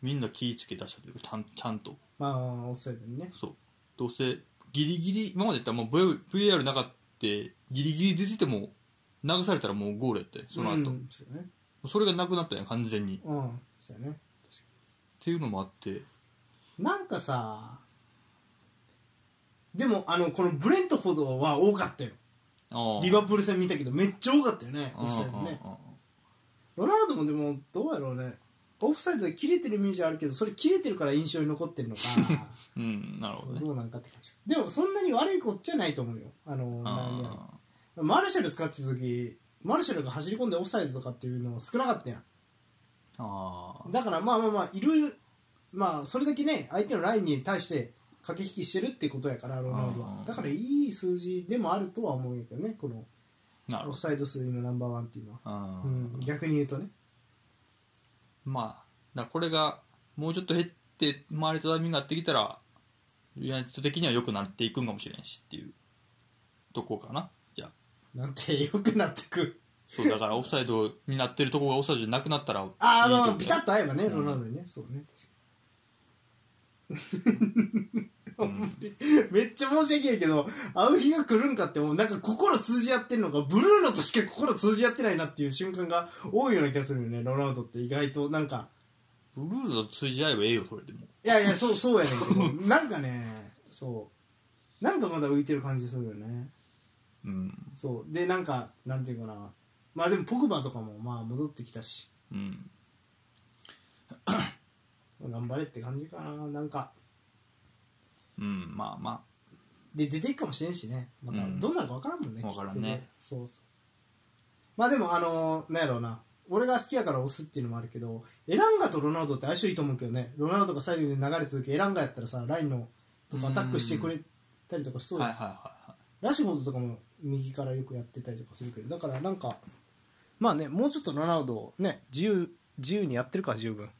B: みんな気ぃつけ出したというか、ちゃんちゃんと。
A: まあオフサイドにね
B: そう。どうせ、ギリギリ、今までやったらもう V- VAR なかった、ギリギリ出てても、流されたらもうゴールやって、その後。
A: うんそうだね
B: それがなくなったんや、完全に。っ
A: うんそうだね確か
B: ていうのもあって、
A: になんかさでもあのこのブレントほどは多かったよ
B: あ
A: リバプール戦見たけどめっちゃ多かったよねオフサイドね
B: あああ
A: ロナウドもでもどうやろうねオフサイドで切れてるイメージあるけどそれ切れてるから印象に残ってるの か
B: うん、なるほどね。
A: どうなんかって感じでもそんなに悪いこっちゃないと思うよあのなんやろ
B: あ
A: マルシャル使ってた時マルシャルが走り込んでオフサイドとかっていうのも少なかったやん
B: ああ
A: だからまあまあまあいるまあそれだけね相手のラインに対して駆け引きしてるってことやからロナウド
B: うんうん
A: はだからいい数字でもあるとは思うんやけどねこの
B: あ、なるほ
A: オ
B: ど
A: フ。サイド数のナンバーワンっていうのは、
B: ああ
A: うん、逆に言うとね
B: まあ、だからこれがもうちょっと減って、周りとタイミングが合ってきたら、ユナイテッド的には良くなっていくんかもしれんしっていうとこかな、じゃあ。
C: なんて良くなってく
B: そうだからオフサイドになってるとこがオフサイドじゃなくな ったらいい
C: ああ
B: と
C: ま
B: 思
C: あ
B: う
C: ピタッと合えばねロナウドにねそうね確かにめっちゃ申し訳ないけど会う日が来るんかってもうなんか心通じ合ってるのかブルーノとしか心通じ合ってないなっていう瞬間が多いような気がするよねロナウドって意外となんか
B: ブルーズと通じ合えばええよそれでも
C: いやいや そうそうやねんけどなんかねそうなんかまだ浮いてる感じするよね
B: うん
C: そうでなんかなんていうかなまあでもポグバとかもまあ戻ってきたし
B: うん
C: 頑張れって感じかななんか
B: うんまあま
C: で出ていくかもしれんしねまた
B: うん
C: どうなるか分からんもんね、
B: 分からんね
C: 結局そうそうそうまあでもあのーなんやろうな俺が好きやから押すっていうのもあるけどエランガとロナウドって相性いいと思うけどねロナウドがサイドで流れた時エランガやったらさラインのとかアタックしてくれたりとかし
B: あ
C: そう
B: はいはい
C: やん
B: はいはい
C: ラシュフォードとかも右からよくやってたりとかするけどだからなんかまあね
A: もうちょっとロナウドをね自由自由にやってるから十分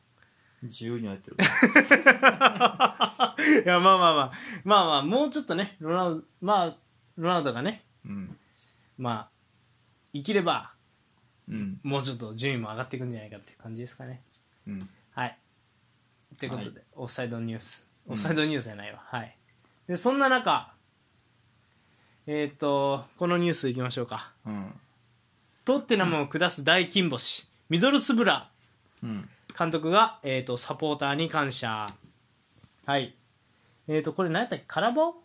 B: 自由になってる
A: いやまあまあまあまあまあもうちょっとねロナウドまあロナウドがね
B: うん
A: まあ生きれば
B: うん
A: もうちょっと順位も上がっていくんじゃないかっていう感じですかね
B: うん
A: はいということで、
B: は
A: オフサイドニュースオフサイドニュースじゃないわ、はいでそんな中えっ、とこのニュースいきましょうか
B: うん
A: トッテナムを下す大金星ミドルスブラ
B: うん
A: 監督が、えー、とサポーターに感謝はいえっ、とこれ何やったっけカラバオ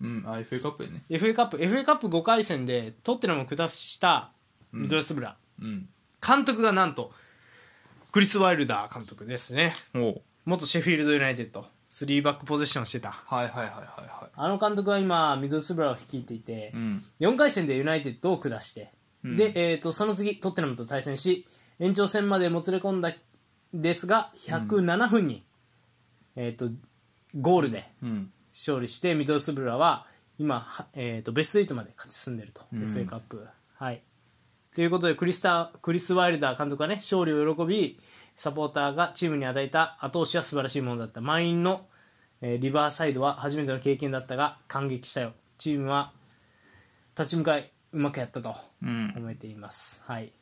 B: うんあ FA カップやね
A: FA カップ FA カップ5回戦でトッテナムを下したミドルスブラ、
B: うん
A: 監督がなんとクリス・ワイルダー監督ですね
B: おう
A: 元シェフィールド・ユナイテッド3バックポゼッションしてた
B: はいはいはいはいは
A: あの監督は今ミドルスブラを率いていて、
B: いうん
A: 4回戦でユナイテッドを下して、で、えー、とその次トッテナムと対戦し延長戦までもつれ込んだですが107分に、えー、とゴールで
B: うん
A: 勝利してミドルスブラは今、はえー、とベスト8まで勝ち進んでると、FA カップ。はい、ということでクリスタクリス・ワイルダー監督が、ね、勝利を喜びサポーターがチームに与えた後押しは素晴らしいものだった満員の、えーリバーサイドは初めての経験だったが感激したよチームは立ち向かいうまくやったと
B: うん
A: 褒めています、はい、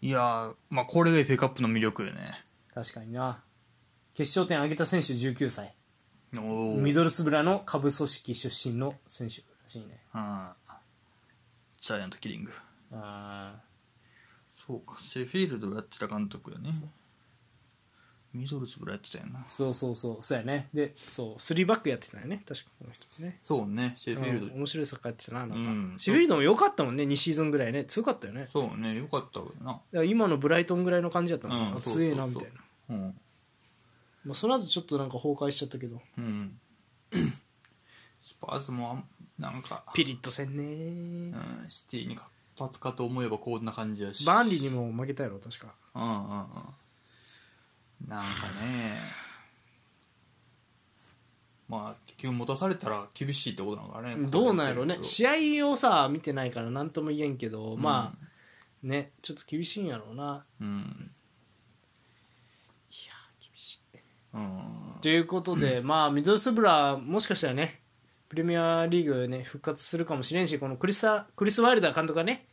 B: いやーまあこれが FA カップの魅力よね
A: 確かにな決勝点を挙げた選手19歳
B: おお
A: ミドルスブラの下部組織出身の選手らしいね
B: ジャイアントキリング
A: あー
B: そうかシェフィールドがやってた監督やねミドルズブラやってたよな
A: そうそうそうそうやねでそう3バックやってたよね確かこの人ってね
B: そうねシェフィールド、
A: うん面白いサッカーやってたななんか、
B: うん
A: シェフィールドも良かったもんね2シーズンぐらいね強かったよねだか
B: そうねよかったけどな
A: ら今のブライトンぐらいの感じだったもん、
B: う
A: あ
B: ん
A: 強えな
B: そう
A: みた
B: そうそう
A: いな
B: うん
A: まあ、その後ちょっとなんか崩壊しちゃったけど
B: うん、スパーズもあんなんか、
A: ピリッとせんね
B: うん、シティに勝ったかと思えばこんな感じやし
A: バーンリーにも負けたやろ確か
B: うんうんうんなんかねまあ結局持たされたら厳しいってことなのかね
A: どうなんやろうね
B: こう
A: 試合をさ見てないから何とも言えんけど、
B: うん
A: まあねちょっと厳しいんやろうな
B: うん
A: いやー厳しい
B: うん
A: ということ で、まあ、ミドルスブラもしかしたらね、プレミアリーグね、復活するかもしれんし、このクリスタクリス・ワイルダー監督がね、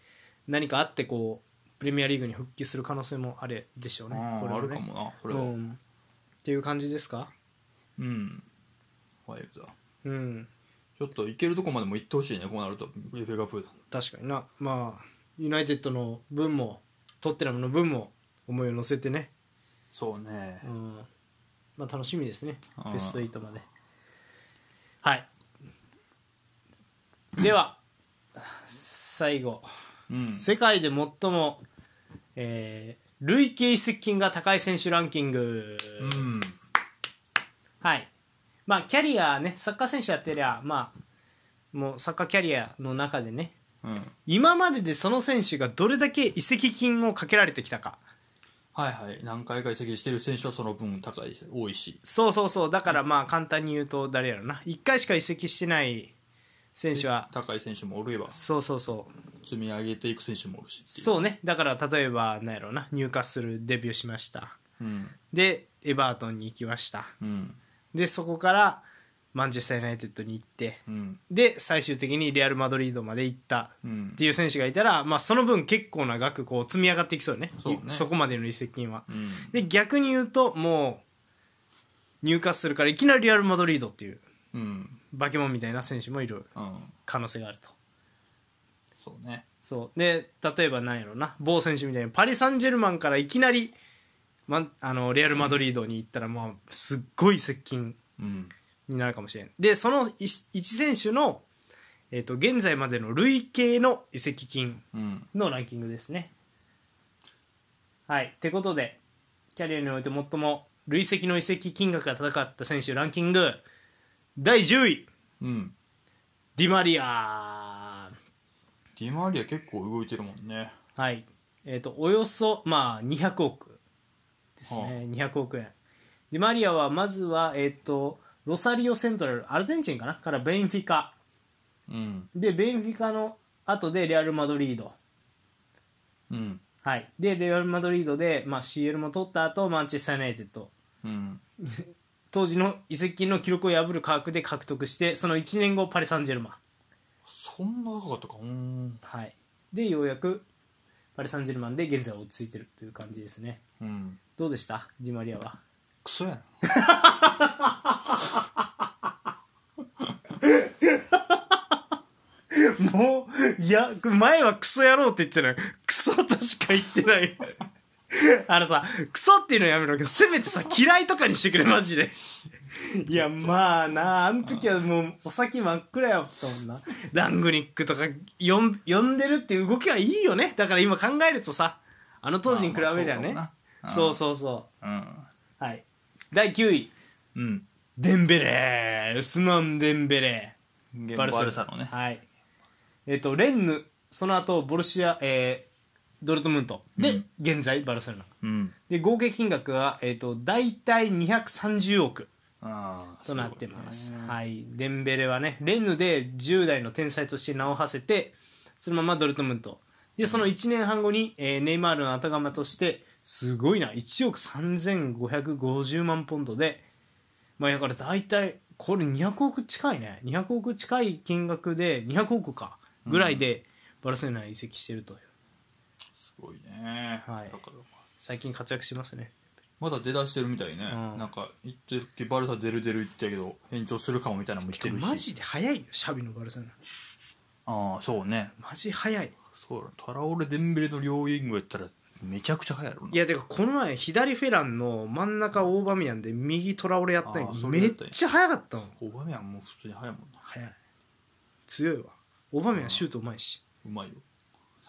A: 何かあって、こう、プレミアリーグに復帰する可能性もあれでしょうね。
B: あ
A: こ
B: ー
A: は
B: あ
A: ね
B: るかもなこれ
A: う
B: はうん、
A: ん。っていう感じですか
B: ワイルドだ
A: うん。
B: ちょっと行けるとこまでも行ってほしいねこうなると FA カップだ
A: 確かにな。まあ、ユナイテッドの分も、トッテナムの分も、思いを乗せてね、
B: そうね
A: うん。まあ、楽しみですね
B: う。ん
A: ベスト8まで。はい。では、最後。
B: うん
A: 世界で最も、えー累計移籍金が高い選手ランキング、
B: うん
A: はいまあキャリアねサッカー選手やってりゃまあもうサッカーキャリアの中でね
B: うん
A: 今まででその選手がどれだけ移籍金をかけられてきたか
B: はいはい何回か移籍してる選手はその分高いし多いし
A: そうそうそうだからまあ簡単に言うと誰やろな1回しか移籍してない選手は
B: 高い選手もおれば
A: そうそうそう
B: 積み上げていく選手もおるしっていう
A: そうねだから例えばなんやろな入荷するデビューしました
B: うん
A: でエバートンに行きました
B: うん
A: でそこから、マンチェスター・ユナイテッドに行って
B: うん
A: で最終的にレアル・マドリードまで行った
B: うん
A: っていう選手がいたら、まあ、その分結構な額こう積み上がっていきそうよね
B: そうね
A: こまでの移籍金は。
B: うん
A: で逆に言うともう入荷するからいきなりレアル・マドリードっていう
B: うん
A: 化け物みたいな選手もいる
B: うん
A: 可能性があると。
B: そうね
A: そうで例えばなんやろうな某選手みたいにパリ・サンジェルマンからいきなり、ま、あのレアル・マドリードに行ったら、まあ、すっごい接近
B: うん
A: になるかもしれんでその1選手の、えっと現在までの累計の移籍金
B: うん
A: のランキングですね。はい。ってことで、キャリアにおいて最も累積の移籍金額が高かった選手ランキング、第10位、
B: うん
A: ディマリア。
B: ディマリア結構動いてるもんね
A: はい。えっ、と、およそ、まあ、200億ですね。
B: はあ
A: 200億円。ディマリアは、まずは、えっ、と、ロサリオセントラル、アルゼンチンかなからベンフィカ。
B: うん
A: で、ベンフィカの後でレアル・マドリード。
B: うん
A: はい。で、レアル・マドリードで、まあ、CL も取った後、マンチェスター・ユナイテッド。
B: うん
A: 当時の移籍金の記録を破る価格で獲得してその1年後パリ・サンジェルマン、
B: そんな高かったかうん
A: はい、でようやくパリ・サンジェルマンで現在は落ち着いてるという感じですね
B: うん
A: どうでしたディマリアは
B: クソやな
A: もういや前はクソ野郎って言ってないクソとしか言ってないあのさクソっていうのやめろけどせめてさ嫌いとかにしてくれマジでいやまあなあの時はもうお先真っ暗やったもんなラングニックとか呼ん呼んでるっていう動きはいいよねだから今考えるとさあの当時に比べりゃね、
B: まあまあ
A: そう
B: そ
A: そうそう
B: かもな
A: うはい第9位
B: うん
A: デンベレーウスマン・デンベレー
B: うんゲ
A: バルセロナ
B: ルサのね
A: はい。えっ、と、レンヌ、その後、ボルシア、えードルトムント。で、
B: うん
A: 現在、バルセロナ。
B: うん
A: で、合計金額が、えっ、と、大体230億
B: ああ
A: となってます。
B: そうね
A: はい。デンベレはね、レンヌで10代の天才として名を馳せて、そのままドルトムント。で、その1年半後に、えーネイマールの後釜として、すごいな、1億3550万ポンドで、まあ、だから大体、これ200億近いね。200億近い金額で、200億か、ぐらいで、バルセロナに移籍してるという。
B: すごいね
A: はい
B: だからまあ
A: 最近活躍してますね。
B: まだ出だしてるみたいね、
A: うん
B: なんか言ってる時バルサ出る出る言ってたけど延長するかもみたいなのも言ってるし
A: マジで早いよ、シャビのバルセロナ。
B: ああそうね
A: マジ早い。
B: そうだトラオレデンベレの両ウイングやったらめちゃくちゃ速いやろない
A: やてかこの前左フェランの真ん中オーバミヤンで右トラオレやったんや
B: あーそれ
A: めっ
B: やったんや
A: ちゃ速かったもん
B: オバメはもう普通に速いもんな
A: 速い強いわオーバミヤンシュートうまいし
B: うまいよ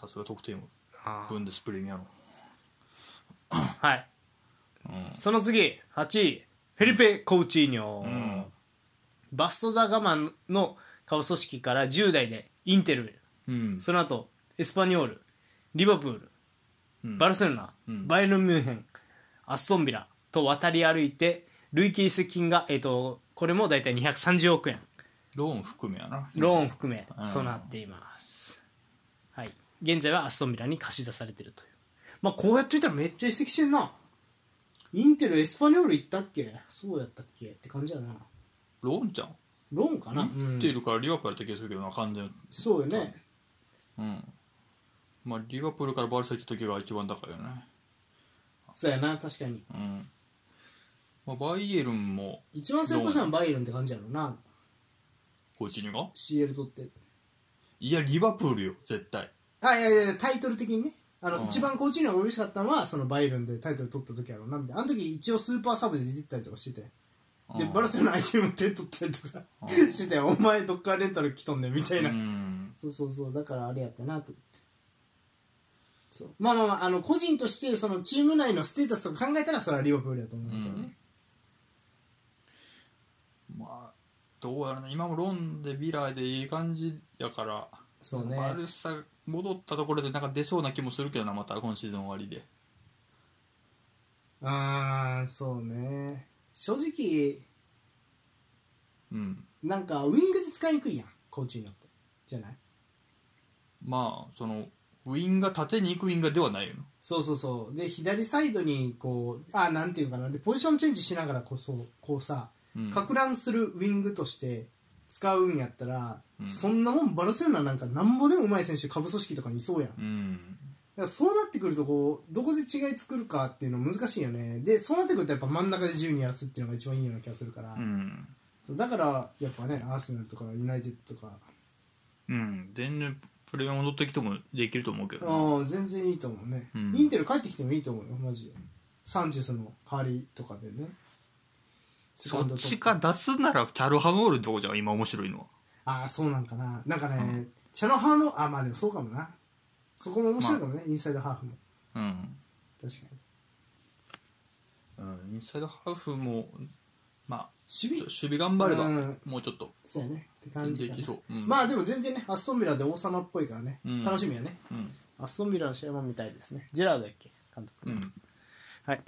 B: さすが得点王
A: あー
B: ブンデスプレミアの
A: はい
B: うん
A: その次8位フェリペ・コウチーニョ、バストダ・ガマンの顔組織から10代でインテル
B: うん
A: その後エスパニョールリバプール
B: うん
A: バルセロナ、
B: うん
A: バイエルン・ミュンヘンアストンビラと渡り歩いて累計移籍金が、えー、とこれも大体230億円
B: ローン含めやな
A: ローン含め
B: うん
A: となっています、はい、現在はアストンビラに貸し出されてるという、まあ、こうやってみたらめっちゃ移籍してんな
C: インテルエスパニョール行ったっけそうやったっけって感じやな
B: ローンちゃん
C: ローンかな、
B: 言っているからリバプールやった気がするけどな完全に
C: そうよね
B: うんまあリバプールからバルサ行った時が一番高いよね
C: そうやな確かに
B: うん、まあ、バイエルンも
C: 一番成功したのはバイエルンって感じやろな
B: コーチニョが
C: CL 取って
B: いやリバプールよ絶対
C: あいやいやタイトル的にねあの、
B: うん
C: 一番コーチには嬉しかったのはそのバイエルンでタイトル取った時やろうなみたいなあの時一応スーパーサブで出てったりとかしててで
B: うん
C: バルセロナ相手にも点取ったりとかしててお前どっからレンタル来とんねんみたいな、
B: うん
C: そうそうそうだからあれやったなと思ってそうまあまあまああの個人としてそのチーム内のステータスとか考えたらそれはリバプールだと思うけどね、
B: まあどうやらね今もロンでビラでいい感じやから
C: そうね
B: バルサ戻ったところでなんか出そうな気もするけどなまた今シーズン終わりで
C: うーんそうね正直
B: うん
C: なんかウイングで使いにくいやんコーチによってじゃない
B: まあそのウィンが縦に行くウィンがではないよな
C: そうそうそうで左サイドにこうあなんていうのかなでポジションチェンジしながらこそこうさ
B: うん
C: か乱するウィングとして使うんやったら、
B: うん
C: そんなもんバルセロナなんかなんぼでもうまい選手下部組織とかにいそうやん、だ
B: うん
C: からそうなってくるとこうどこで違い作るかっていうの難しいよねでそうなってくるとやっぱ真ん中で自由にやらすっていうのが一番いいような気がするから、
B: うん
C: そうだからやっぱねアーセナルとかユナイテッドとか
B: うん全然プレミア戻ってきてもできると思うけどな
C: ああ全然いいと思うね、
B: うん
C: インテル帰ってきてもいいと思うよマジでサンチェスの代わりとかでねセカ
B: そ
C: ン
B: っ
C: ドと
B: ちか出すならチャルハノールのとこじゃん今面白いのは
C: ああそうなんかななんかね、チャノハのあまあでもそうかもなそこも面白いかもね、インサイドハーフも
B: うん、
C: 確かに
B: うん、インサイドハーフもまあちょ
C: 守備
B: 守備頑張れば
C: うん
B: もうちょっと
C: そうやねって感
B: 全
C: じ
B: 然い
C: か
B: き
C: な
B: そう、うん、
C: まあでも全然ねアストンビラで王様っぽいからね、
B: うん
C: 楽しみやね
B: うん
A: アストンビラの試合も見たいですねジェラードやっけ監督、
B: うん
A: はい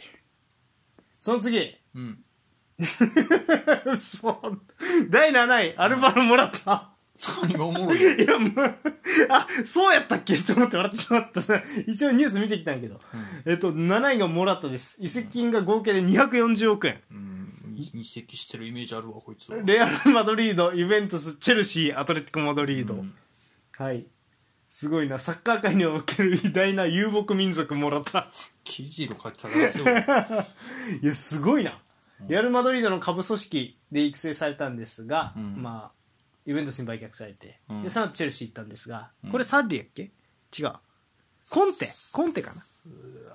A: その次
B: うん
A: そう第7位アルバロもらった
B: 何がおもろいの
A: いやもうあそうやったっけと思って笑ってしまった一応ニュース見てきたんやけど、えっと7位がもらったです移籍金が合計で240億円
B: うんに移籍してるイメージあるわこいつは
A: レアル・マドリードイベントスチェルシーアトレティコ・マドリード、
B: うん
A: はいすごいなサッカー界における偉大な遊牧民族もらった
B: 生地色書き方 ですよう
A: いやすごいな、レアル・マドリードの下部組織で育成されたんですが、
B: ん
A: まあイベントスに売却されて、
B: うん
A: でさらにチェルシー行ったんですが、これサッリやっけ違うコンテコンテかな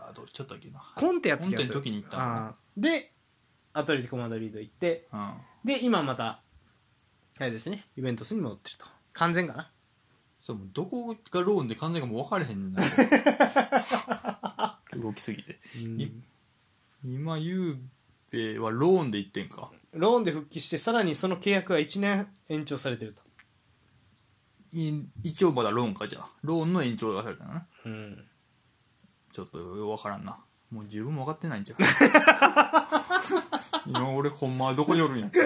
B: わどっちだったっけな
A: コンテやった気がする
B: コンテの時に行ったの
A: あーでアトレティコ・マドリード行って
B: うん
A: で今またあれですねイベントスに戻ってると完全かな
B: そうもうどこがローンで完全かもう分かれへんねんな 動きすぎて、い今ゆうべはローンで行ってんか
A: ローンで復帰してさらにその契約は1年延長されてると
B: い一応まだローンかじゃあローンの延長がされたのな
A: うん
B: ちょっとよう分からんなもう自分も分かってないんちゃう 今俺ほんまはどこにおるんやった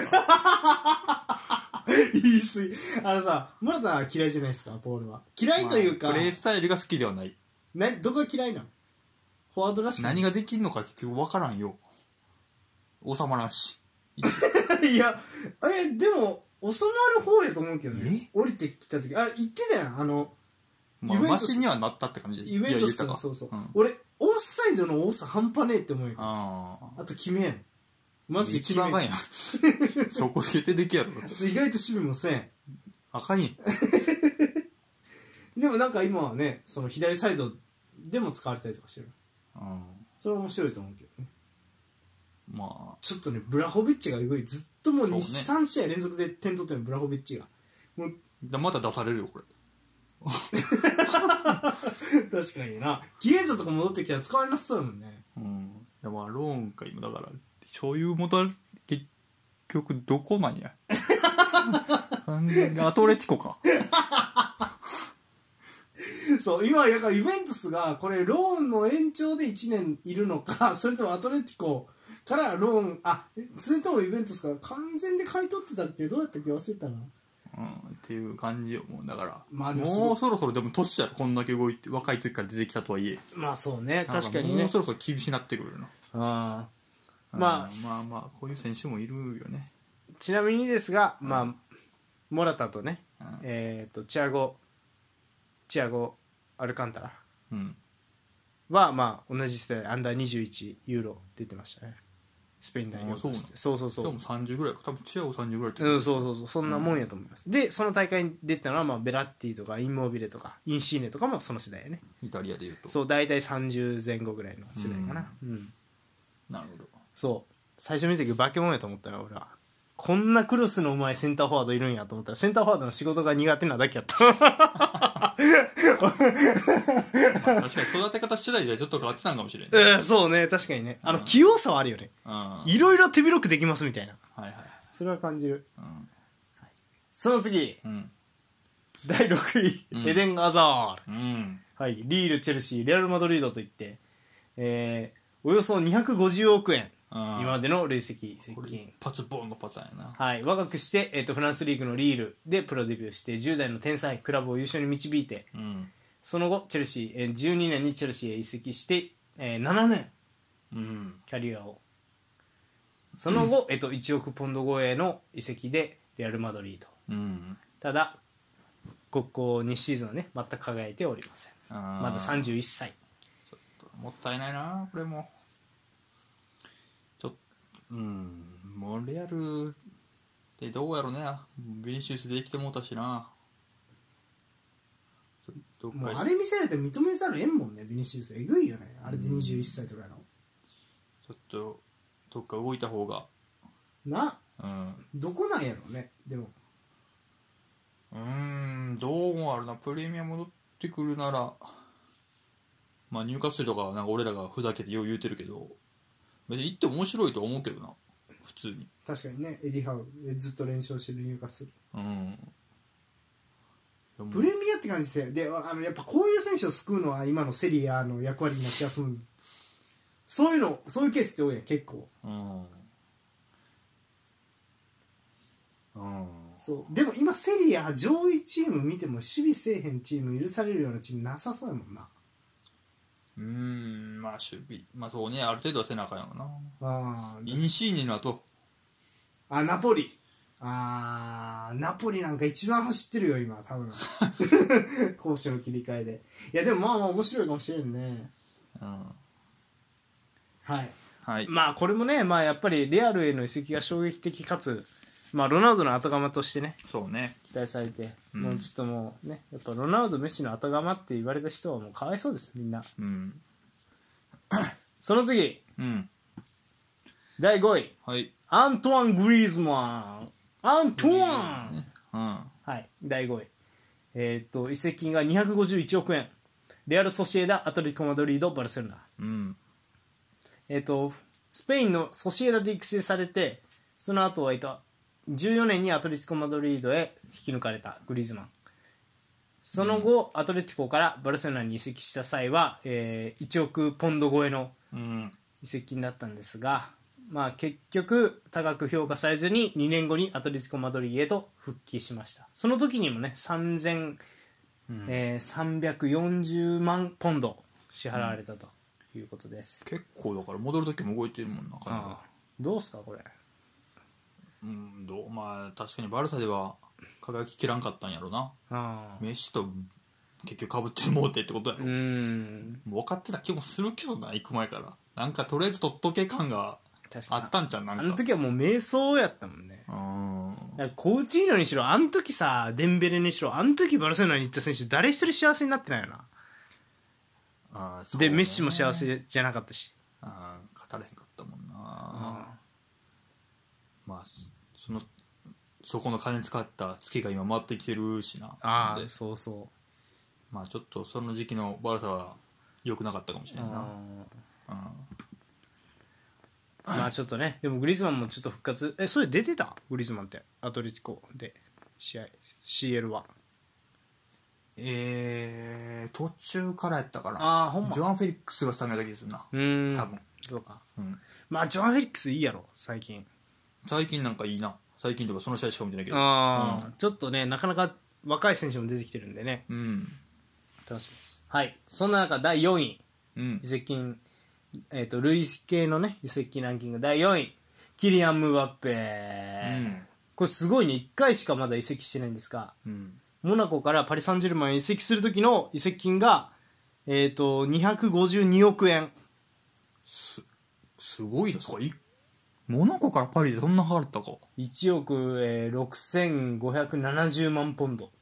B: ら
C: 言い過ぎあのさモラタは嫌いじゃないですかポールは嫌いというか、
B: まあプレースタイルが好きではない
C: などこが嫌いなのフォワードらしくない
B: 何ができんのか結局分からんよ収まらんし
C: いやえでも収まる方やと思うけどね降りてきた時あ言ってたやんあの
B: ま
C: イ
B: あ、
C: ベント
B: マ
C: ス
B: シにはなったって感じ
C: イベントス
B: いや言った
C: の
B: か
C: そうそう、
B: ん
C: 俺オフサイドの多さ半端ねえって思うよ
B: ああ
C: あと決めんマジで
B: 一
C: 決め
B: 番赤い
C: ん
B: やん そこ決定できやろ
C: 意外と守備もせん
B: 赤いん
C: でもなんか今はねその左サイドでも使われたりとかしてる
B: うん
C: それは面白いと思うけどね
B: ま
C: ちょっとねブラホビッチがすごいずっともう
B: そうね
C: 23、3試合連続で点取ってるブラホビッチがもう
B: あだまた出されるよこれ
C: 確かになギエザとか戻ってきたら使われなさそうだもんね
B: うんでまあローンか今だから所有もた結局どこなんや完全にアトレティコか
C: そう、今、やからイベントスが、これ、ローンの延長で1年いるのか、 それともアトレティコからローン、あ、えそれともイベントスから完全で買い取ってたっけどうやったっけ忘れたな。
B: うんっていう感じよもうだから、
C: まあでもすごい
B: もうそろそろでも年やろこんだけ動いて若い時から出てきたとはいえ
A: まあそうね確かに
B: も
A: ね
B: うそろそろ厳しなってくるよな
A: あーま
B: うんまあまあこういう選手もいるよね
A: あちなみにですが、まあモラタとね、
B: うん
A: えっ、とチアゴチアゴアルカンタラ
B: うん
A: はまあ同じ世代アンダー21ユーロ出てましたねスペイン代表としてそうそう
B: そ
A: そうう
B: も30ぐらいか多分チアゴ30ぐらいって
A: うん、そうそうそうそんなもんやと思います、でその大会に出てたのは、まあ、ベラッティとかインモービレとかインシーネとかもその世代やね
B: イタリアでいうと
A: そう大体30前後ぐらいの世代かなうん、
B: なるほど
A: そう最初見た時化け物やと思ったよ俺はこんなクロスのうまいセンターフォワードいるんやと思ったらセンターフォワードの仕事が苦手なだけやった
B: まあ確かに育て方次第ではちょっと変わってたんかもしれんね
A: うんそうね確かにねあの器用さはあるよね
B: うんはい
A: いろいろ手広くできますみたいな
B: はい
A: それは感じる
B: うん
A: その次
B: うん
A: 第6位、
B: うん
A: エデン・アザール
B: うん
A: はい、リール、チェルシー、レアル・マドリードといって、えーおよそ250億円、
B: うん
A: 今までの累積接
B: これ
A: 近
B: 一。発ボンのパターンやな
A: はい、若くして、えー、とフランスリーグのリールでプロデビューして10代の天才クラブを優勝に導いて
B: うん
A: その後チェルシー、えー12年にチェルシーへ移籍して、えー7年
B: うん
A: キャリアをその 後、えっと、1億ポンド超えの移籍でレアル・マドリード
B: うん
A: ただここ2シーズンはね全く輝いておりません
B: あー
A: まだ31歳
B: もったいないなこれもちょっとうんもうレアルってどうやろうねビニシウスで生きてもうたしなちょどっ
C: もう
B: か
C: あれ見せられて認めざるをえんもんねビニシウスえぐいよねあれで21歳とかの、
B: ちょっとどっか動いた方が
C: な
B: うん
C: どこなんやろうねでも
B: うーんどうもあるなプレミア戻ってくるならまあ入荷するとかはなんか俺らがふざけてよう言うてるけど別に行って面白いと思うけどな普通に
C: 確かにねエディ・ハウえずっと連勝してる入荷する
B: うんでも
C: プレミアって感じでであのやっぱこういう選手を救うのは今のセリアの役割になってするそういうのそういうケースって多いやん結構
B: うんうん
C: そうでも今セリア上位チーム見ても守備せえへんチーム許されるようなチームなさそうやもんな
B: うーんまあ守備まあそうねある程度は背中やろな
C: あー
B: インシーニの後
C: あナポリあーナポリなんか一番走ってるよ今多 分攻守の切り替えでいやでもまあまあ面白いかもしれんね
B: うん
C: はい
B: はい
A: まあこれもね、まあ、やっぱりレアルへの移籍が衝撃的かつ、まあ、ロナウドの後釜としてね
B: そうね
A: 期待されて、
B: うん
A: もうちょっともうねやっぱロナウドメッシの後釜って言われた人はもうかわいそうですみんな
B: うん
A: その次
B: うん
A: 第5位
B: はい
A: アントワン・グリーズマンアントワン、
B: うん
A: はい第5位えーっと移籍金が251億円レアル・ソシエダアトレティコ・マドリードバルセロナ
B: うん
A: えっと、スペインのソシエダで育成されて、その後は、えっと、14年にアトレティコ・マドリードへ引き抜かれたグリーズマン。その後、アトレティコからバルセロナに移籍した際は、えー1億ポンド超えの
B: うん
A: 移籍金だったんですが、まあ、結局、高く評価されずに2年後にアトレティコ・マドリードへと復帰しました。その時にもね、3340、えー340万ポンド支払われたということです。
B: 結構だから戻る時も動いてるもんな金が
A: ああどうすかこれ
B: うんどうまあ確かにバルサでは輝ききらんかったんやろな
A: ああ
B: メッシと結局かぶってもうてってことやろ
A: うーん
B: もう分かってた気もするけどな行く前からなんかとりあえず取っとけ感が
A: 確か
B: あ
A: に
B: ったんじゃんなん
A: あ
B: か
A: の時はもう迷走やったもんね
B: うーん
A: だからコウチーノにしろあの時さデンベレにしろあの時バルセロナに行った選手誰一人幸せになってないよな
B: あーそうね
A: でメッシも幸せじゃなかったし
B: あー語れへんかったもんなまあそそのそこの金使った月が今回ってきてるしな
A: あ
B: で
A: あそうそ
B: まあちょっとその時期のバルサは良くなかったかもし
A: う
B: れ
A: うん
B: んな
A: まあちょっとねでもグリーズマンもちょっと復活えそれ出てたグリーズマンってアトレティコで試合 CL は
B: えー、途中からやったから
A: あーほんま
B: ジョアン・フェリックスがスタメンだけするな、
A: うーん
B: 多分
A: そうか
B: うん、
A: まあジョアン・フェリックスいいやろ最近
B: 最近なんかいいな最近とかその試合しか見てないけど
A: ああ、ちょっとねなかなか若い選手も出てきてるんでね
B: うん
A: 楽しみですはいそんな中第4位
B: うん
A: 移籍金えっ、と累計のね移籍金ランキング第4位キリアン・ムバッペ、
B: うん
A: これすごいね1回しかまだ移籍してないんですが
B: うん
A: モナコからパリ・サンジェルマンへ移籍する時の移籍金がえっ、と252億円
B: すごいなそこいモナコからパリでそんな払ったか
A: 1億、えー、6570万ポンド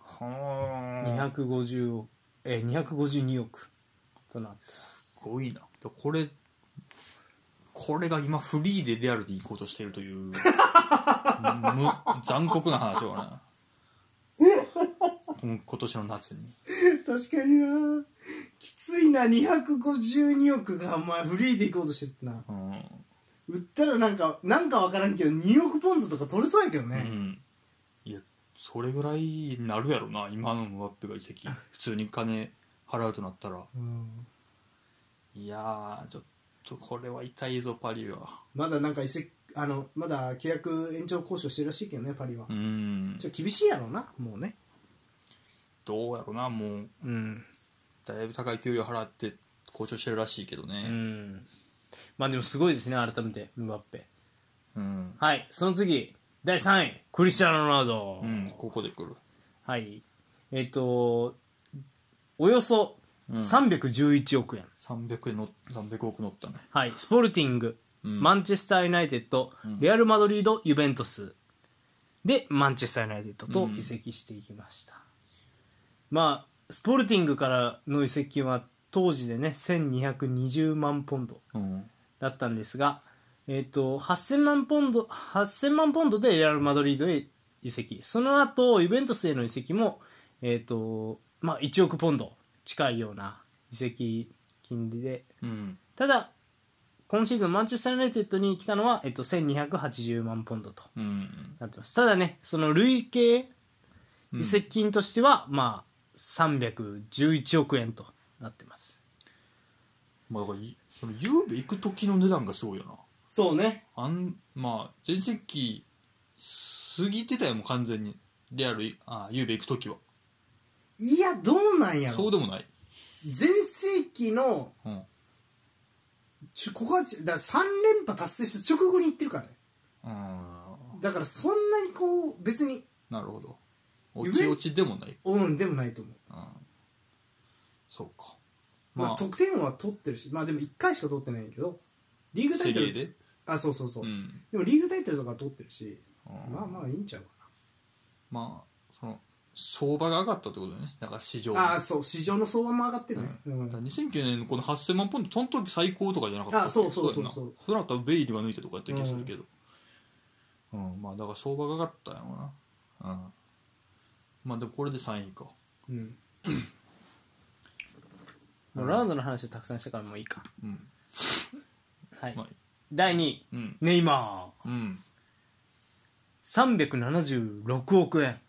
B: はあ
A: 250億、えー、252億 となって
B: すごいなこれこれが今フリーでレアルで行こうとしてるという む残酷な話よな今年の夏に
C: 確かになきついな252億がお前フリーで行こうとしてるってな
B: うん、
C: 売ったらなんかなんか分からんけど2億ポンドとか取れそうやけど
B: う
C: ね、
B: ん、いやそれぐらいになるやろな今のムバッペが移籍普通に金払うとなったら
C: うん
B: いやーちょっとこれは痛いぞパリは
C: まだなんか移籍あのまだ契約延長交渉してるらしいけどねパリは、
B: うん
C: ちょっと厳しいやろうなもうね
B: どうやろなもう
A: うん
B: だいぶ高い給料払って交渉してるらしいけど
A: う
B: ね、
A: んまあでもすごいですね、改めて、ムバッペ。
B: うん、
A: はい、その次、第3位、クリスチャーノ・ロナウド。
B: うん、ここで来る
A: はい。えっ、と、およそ311億円。
B: 300円の300億乗ったね
A: はい、スポルティング、マンチェスター・ユナイテッド、レアル・マドリード、ユベントスでマンチェスター・ユナイテッドと移籍していきました、まあスポルティングからの移籍は当時でね1220万ポンド
B: うん
A: だったんですが、えっと8000万ポンド8000万ポンドでレアル・マドリードへ移籍その後ユベントスへの移籍も、えっとまあ、1億ポンド近いような移籍金利で
B: うん
A: ただ今シーズンマンチェスター・ユナイテッドに来たのは、えっと、1280万ポンドと
B: うん
A: なってますただねその累計移籍金としては、まあ311億円となってます
B: まあだからいそのゆうべ行く時の値段がすごいよな
A: そうね
B: あんまあ全盛期過ぎてたよもう完全にリアルいあゆうべ行く時はい
C: やどうなんや
B: そう
C: ろ
B: でもない
C: 全盛期の
B: うん
C: ちょここはちだ3連覇達成した直後に行ってるからね
B: うん
C: だからそんなにこう別に
B: なるほど落ち落ちでもない
C: うんでもないと思う
B: そうか
C: まあ、
B: まあ
C: 得点王は取ってるしまあでも1回しか取ってないけどリーグタ
B: セ
C: イト
B: リエ
C: ル
B: で
C: あそうそうそう、
B: うん
C: でもリーグタイトルとかは取ってるし
B: うん
C: まあまあいいんちゃうか
B: まあその相場が上がったってことだよねだから市場
C: なああそう市場の相場も上がってるね、
B: う
C: うんん
B: だから2009年のこの8000万ポンドその時最高とかじゃなかった
C: あそうそうそうそう
B: やんなそれだったらベイルが抜いたとかやった気がするけどうん、まあだから相場が上がったんやろうなうんまあでもこれで3位か
C: うん
A: もうラウンドの話をたくさんしたからもういいか
B: うん
A: はい、
B: まあ
A: 第2位
B: うん
A: ネイマ
B: うん
A: ー376億円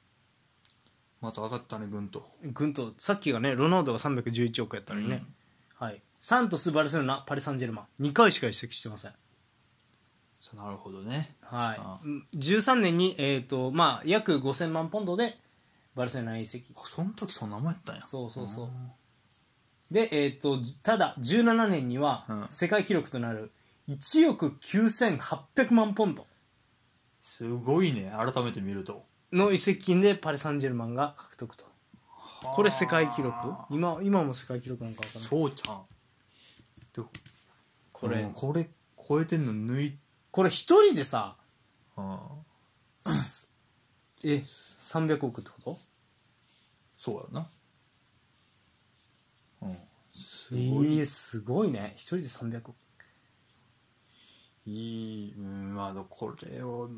B: また上がったねぐんと
A: ぐんとさっきがねロナウドが311億やったのにね、はい、サントスバルセロナパリ・サンジェルマン2回しか移籍してません
B: そうなるほどねあ
A: はい、うん13年に、えーとまあ、約5000万ポンドでバルセロナへ移籍
B: あその時そんなもんやったんや
A: そうそうそうで、えー、とじただ17年に
B: うん
A: は世界記録となる1億9800万ポンド
B: すごいね改めて見ると
A: の移籍金でパリ・サンジェルマンが獲得とこれ世界記録今今も世界記録なんかわからない
B: そうちゃんで
A: これ、
B: うんこれ超えてんの抜い
A: これ一人で さ
B: ああ
A: え300億ってこと
B: そうやなうんす
A: え
B: ごい、
A: ー、すごいね一人で300億
B: いいうんまあこれを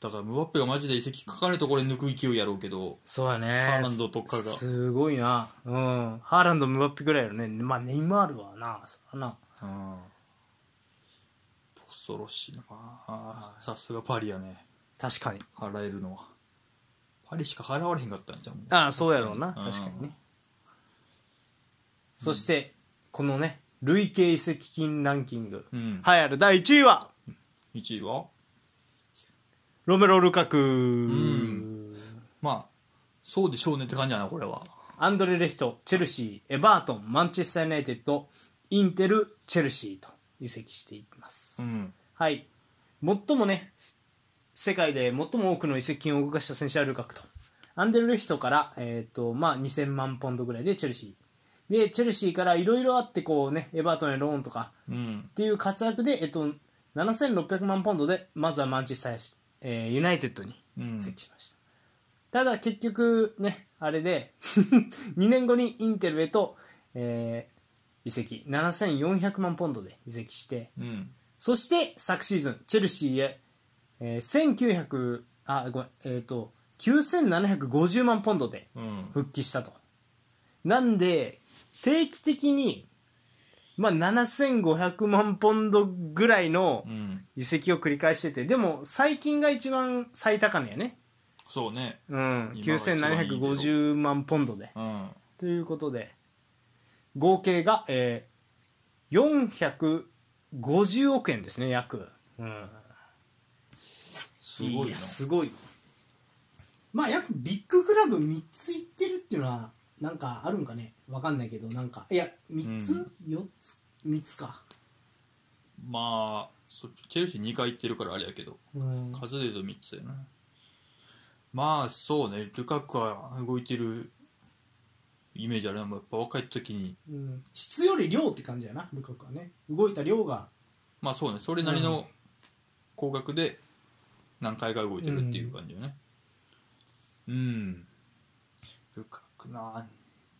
B: だからムバッペがマジで移籍かかるとこれ抜く勢いやろうけど
A: そうだね
B: ハーランドとかが
A: すすごいなうんハーランドムバッペぐらいよねまあネイマールはなそらな
B: うん恐ろしいなあさすがパリやね
A: 確かに
B: 払えるのはパリしか払われへんかったんじゃんもう
A: ああそうやろうな
B: うん
A: 確かにねそしてこのね累計移籍金ランキング
B: うん
A: 栄えある第1位は
B: 1位は
A: ロメロ・ルカク、
B: んまあそうでしょうねって感じやなこれは
A: アンドレ・レヒトチェルシーエバートンマンチェスター・ユナイテッドインテルチェルシーと移籍していきます
B: うん
A: はい、最もね、世界で最も多くの移籍金を動かした選手はルカクと、アンデル・レヒトから、えーとまあ、2000万ポンドぐらいでチェルシー、でチェルシーからいろいろあってこう、ね、エバートンへローンとか
B: うん
A: っていう活躍で、えっと7600万ポンドでまずはマンチェスターやし、えーユナイテッドに移籍しました。ただ結局ね、あれで 2年後にインテルへと、えー移籍7400万ポンドで移籍して、
B: うん
A: そして昨シーズンチェルシーへ、えー、1900あごめんえっ、と9750万ポンドで
B: うん
A: 復帰したと。なんで定期的にまあ7500万ポンドぐらいの
B: うん
A: 移籍を繰り返してて、でも最近が一番最高値やね。
B: そうね
A: うん、
B: 今が一番いいけど
A: 9750万ポンドで。
B: うん
A: ということで合計が、えー、450億円ですね約、うん、
B: すごいな
A: やすごい
C: まあやっぱビッグクラブ3つ行ってるっていうのはなんかあるんかねわかんないけどなんかいや3つ、
B: うん
C: 4つ3つか
B: まあそチェルシー2回行ってるからあれやけど
C: うん
B: 数で言うと3つやなまあそうねルカクは動いてるイメージあるなやっぱ若い時に
C: うん、質より量って感じやなルカクはね動いた量が
B: まあそうねそれなりの高額で何回か動いてるっていう感じよねうん、ルカクな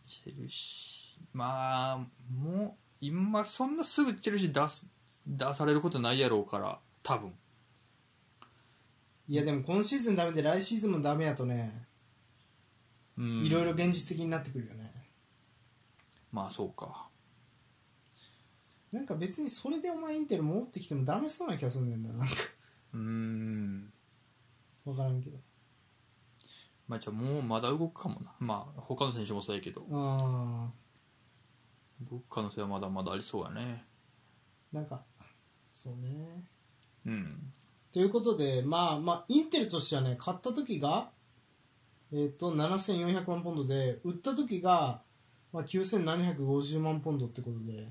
B: チェルシーまあもう今そんなすぐチェルシー出す出されることないやろうから多分
C: いやでも今シーズンダメで来シーズンもダメやとね
B: うん
C: いろいろ現実的になってくるよね、
B: まあそうか
C: なんか別にそれでお前インテル戻ってきてもダメそうな気がするんだよななんか
B: うん
C: 分からんけど
B: まあじゃあもうまだ動くかもなまあ他の選手もそうやけど
C: あ
B: 動く可能性はまだまだありそうやね
C: ーなんかそうね
B: うん
C: ということでまあまあインテルとしてはね買った時がえっ、と7400万ポンドで売った時が、まあ、9750万ポンドってことで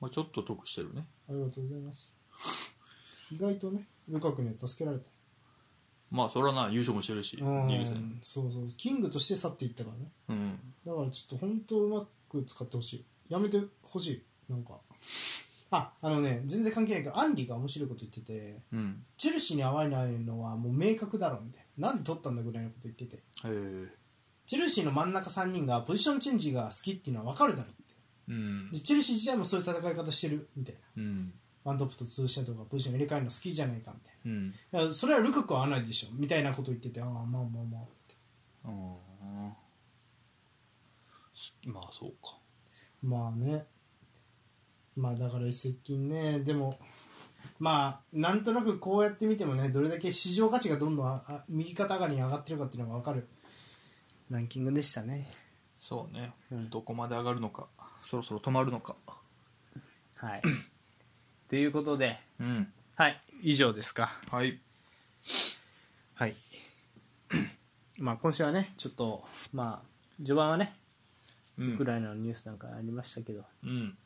B: まあちょっと得してるね
C: ありがとうございます意外とねルカクには助けられた
B: まあそれはな優勝もしてるしリ
C: うん
B: ーグ戦
C: そうそうキングとして去っていったからね
B: うん
C: だからちょっと本当うまく使ってほしいやめてほしいなんかああのね全然関係ないけどアンリが面白いこと言ってて
B: うん
C: チェルシーに合わないのはもう明確だろみたいななんで取ったんだぐらいのこと言ってて
B: へえ
C: チェルシーの真ん中3人がポジションチェンジが好きっていうのは分かるだろって
B: うん
C: でチェルシー自体もそういう戦い方してるみたいな
B: うん
C: ワントップとツーシャドウがポジション入れ替えるの好きじゃないかみたい
B: うん
C: なだからそれはルカクは合わないでしょみたいなこと言っててああまあまあまあ
B: ああすまあそうか
C: まあねまあだから移籍ねでもまあなんとなくこうやって見てもねどれだけ市場価値がどんどんああ右肩上がりに上がってるかっていうのが分かる
A: ランキングでしたね
B: そうね、
A: うん
B: どこまで上がるのかそろそろ止まるのか
A: はい ということで
B: うん
A: はい以上ですか
B: はい
A: はい。 まあ今週はね、ちょっと、まあ、序盤はね、
B: う
A: ウク
B: ん、
A: ライナのニュースなんかありましたけど、
B: うん、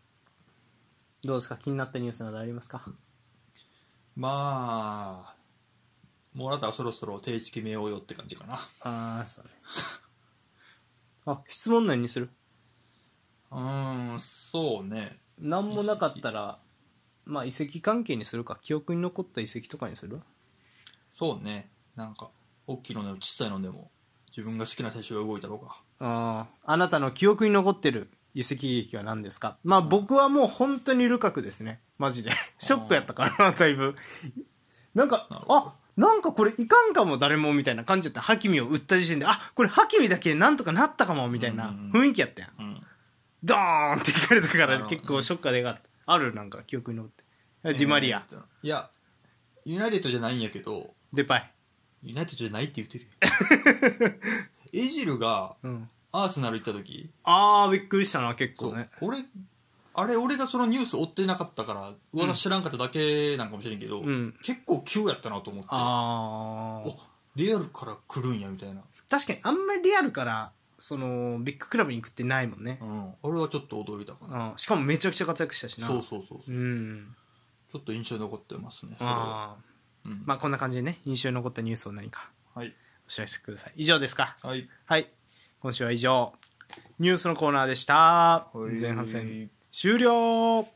A: どうですか気になったニュースなどありますか
B: まあもうあなたはそろそろ定位置決めようよって感じかな
A: ああ、そうね。 あ、質問欄にする
B: うーんそうね
A: 何もなかったら、まあ遺跡関係にするか、記憶に残った遺跡とかにする
B: そうねなんか大きいのでも小さいのでも自分が好きな選手が動いたのか
A: ああ、あなたの記憶に残ってる遺跡劇は何ですかまあ僕はもう本当にルカクですね。マジで。ショックやったからな、だいぶ。なんか、
B: なるほど
A: あ、なんかこれいかんかも誰もみたいな感じだった。ハキミを売った時点で、あ、これハキミだけなんとかなったかもみたいな
B: うん
A: 雰囲気やったやん。
B: うん
A: ドーンって聞かれたか
B: なる
A: ら
B: ほど
A: 結構ショックがでかった。あるなんか記憶に残って。ディマリア、
B: いやユナイテッドじゃないんやけど
A: デパイ。
B: ユナイテッドじゃないって言ってる やんエジルが
A: うん。
B: アーセナル行った時
A: あー、びっくりしたな、結
B: そ
A: 構
B: う、
A: ね。
B: 俺あれ俺がそのニュース追ってなかったから噂知らんかっただけなんかもしれんけど、
A: うん
B: 結構急やったなと思って
A: あー
B: お。レアルから来るんやみたいな、
A: 確かにあんまりリアルからそのビッグクラブに行くってないもんね
B: う、ん、俺はちょっと驚いたかな
A: うん、しかもめちゃくちゃ活躍したしな
B: そうそうそうそ
A: う
B: う
A: ん
B: ちょっと印象に残ってますねそれ
A: あ
B: は
A: あ
B: うん
A: まあこんな感じでね印象に残ったニュースを何か
B: はい
A: お知らせください以上ですか
B: はい
A: はい今週は以上ニュースのコーナーでした
B: はい
A: 前半戦終了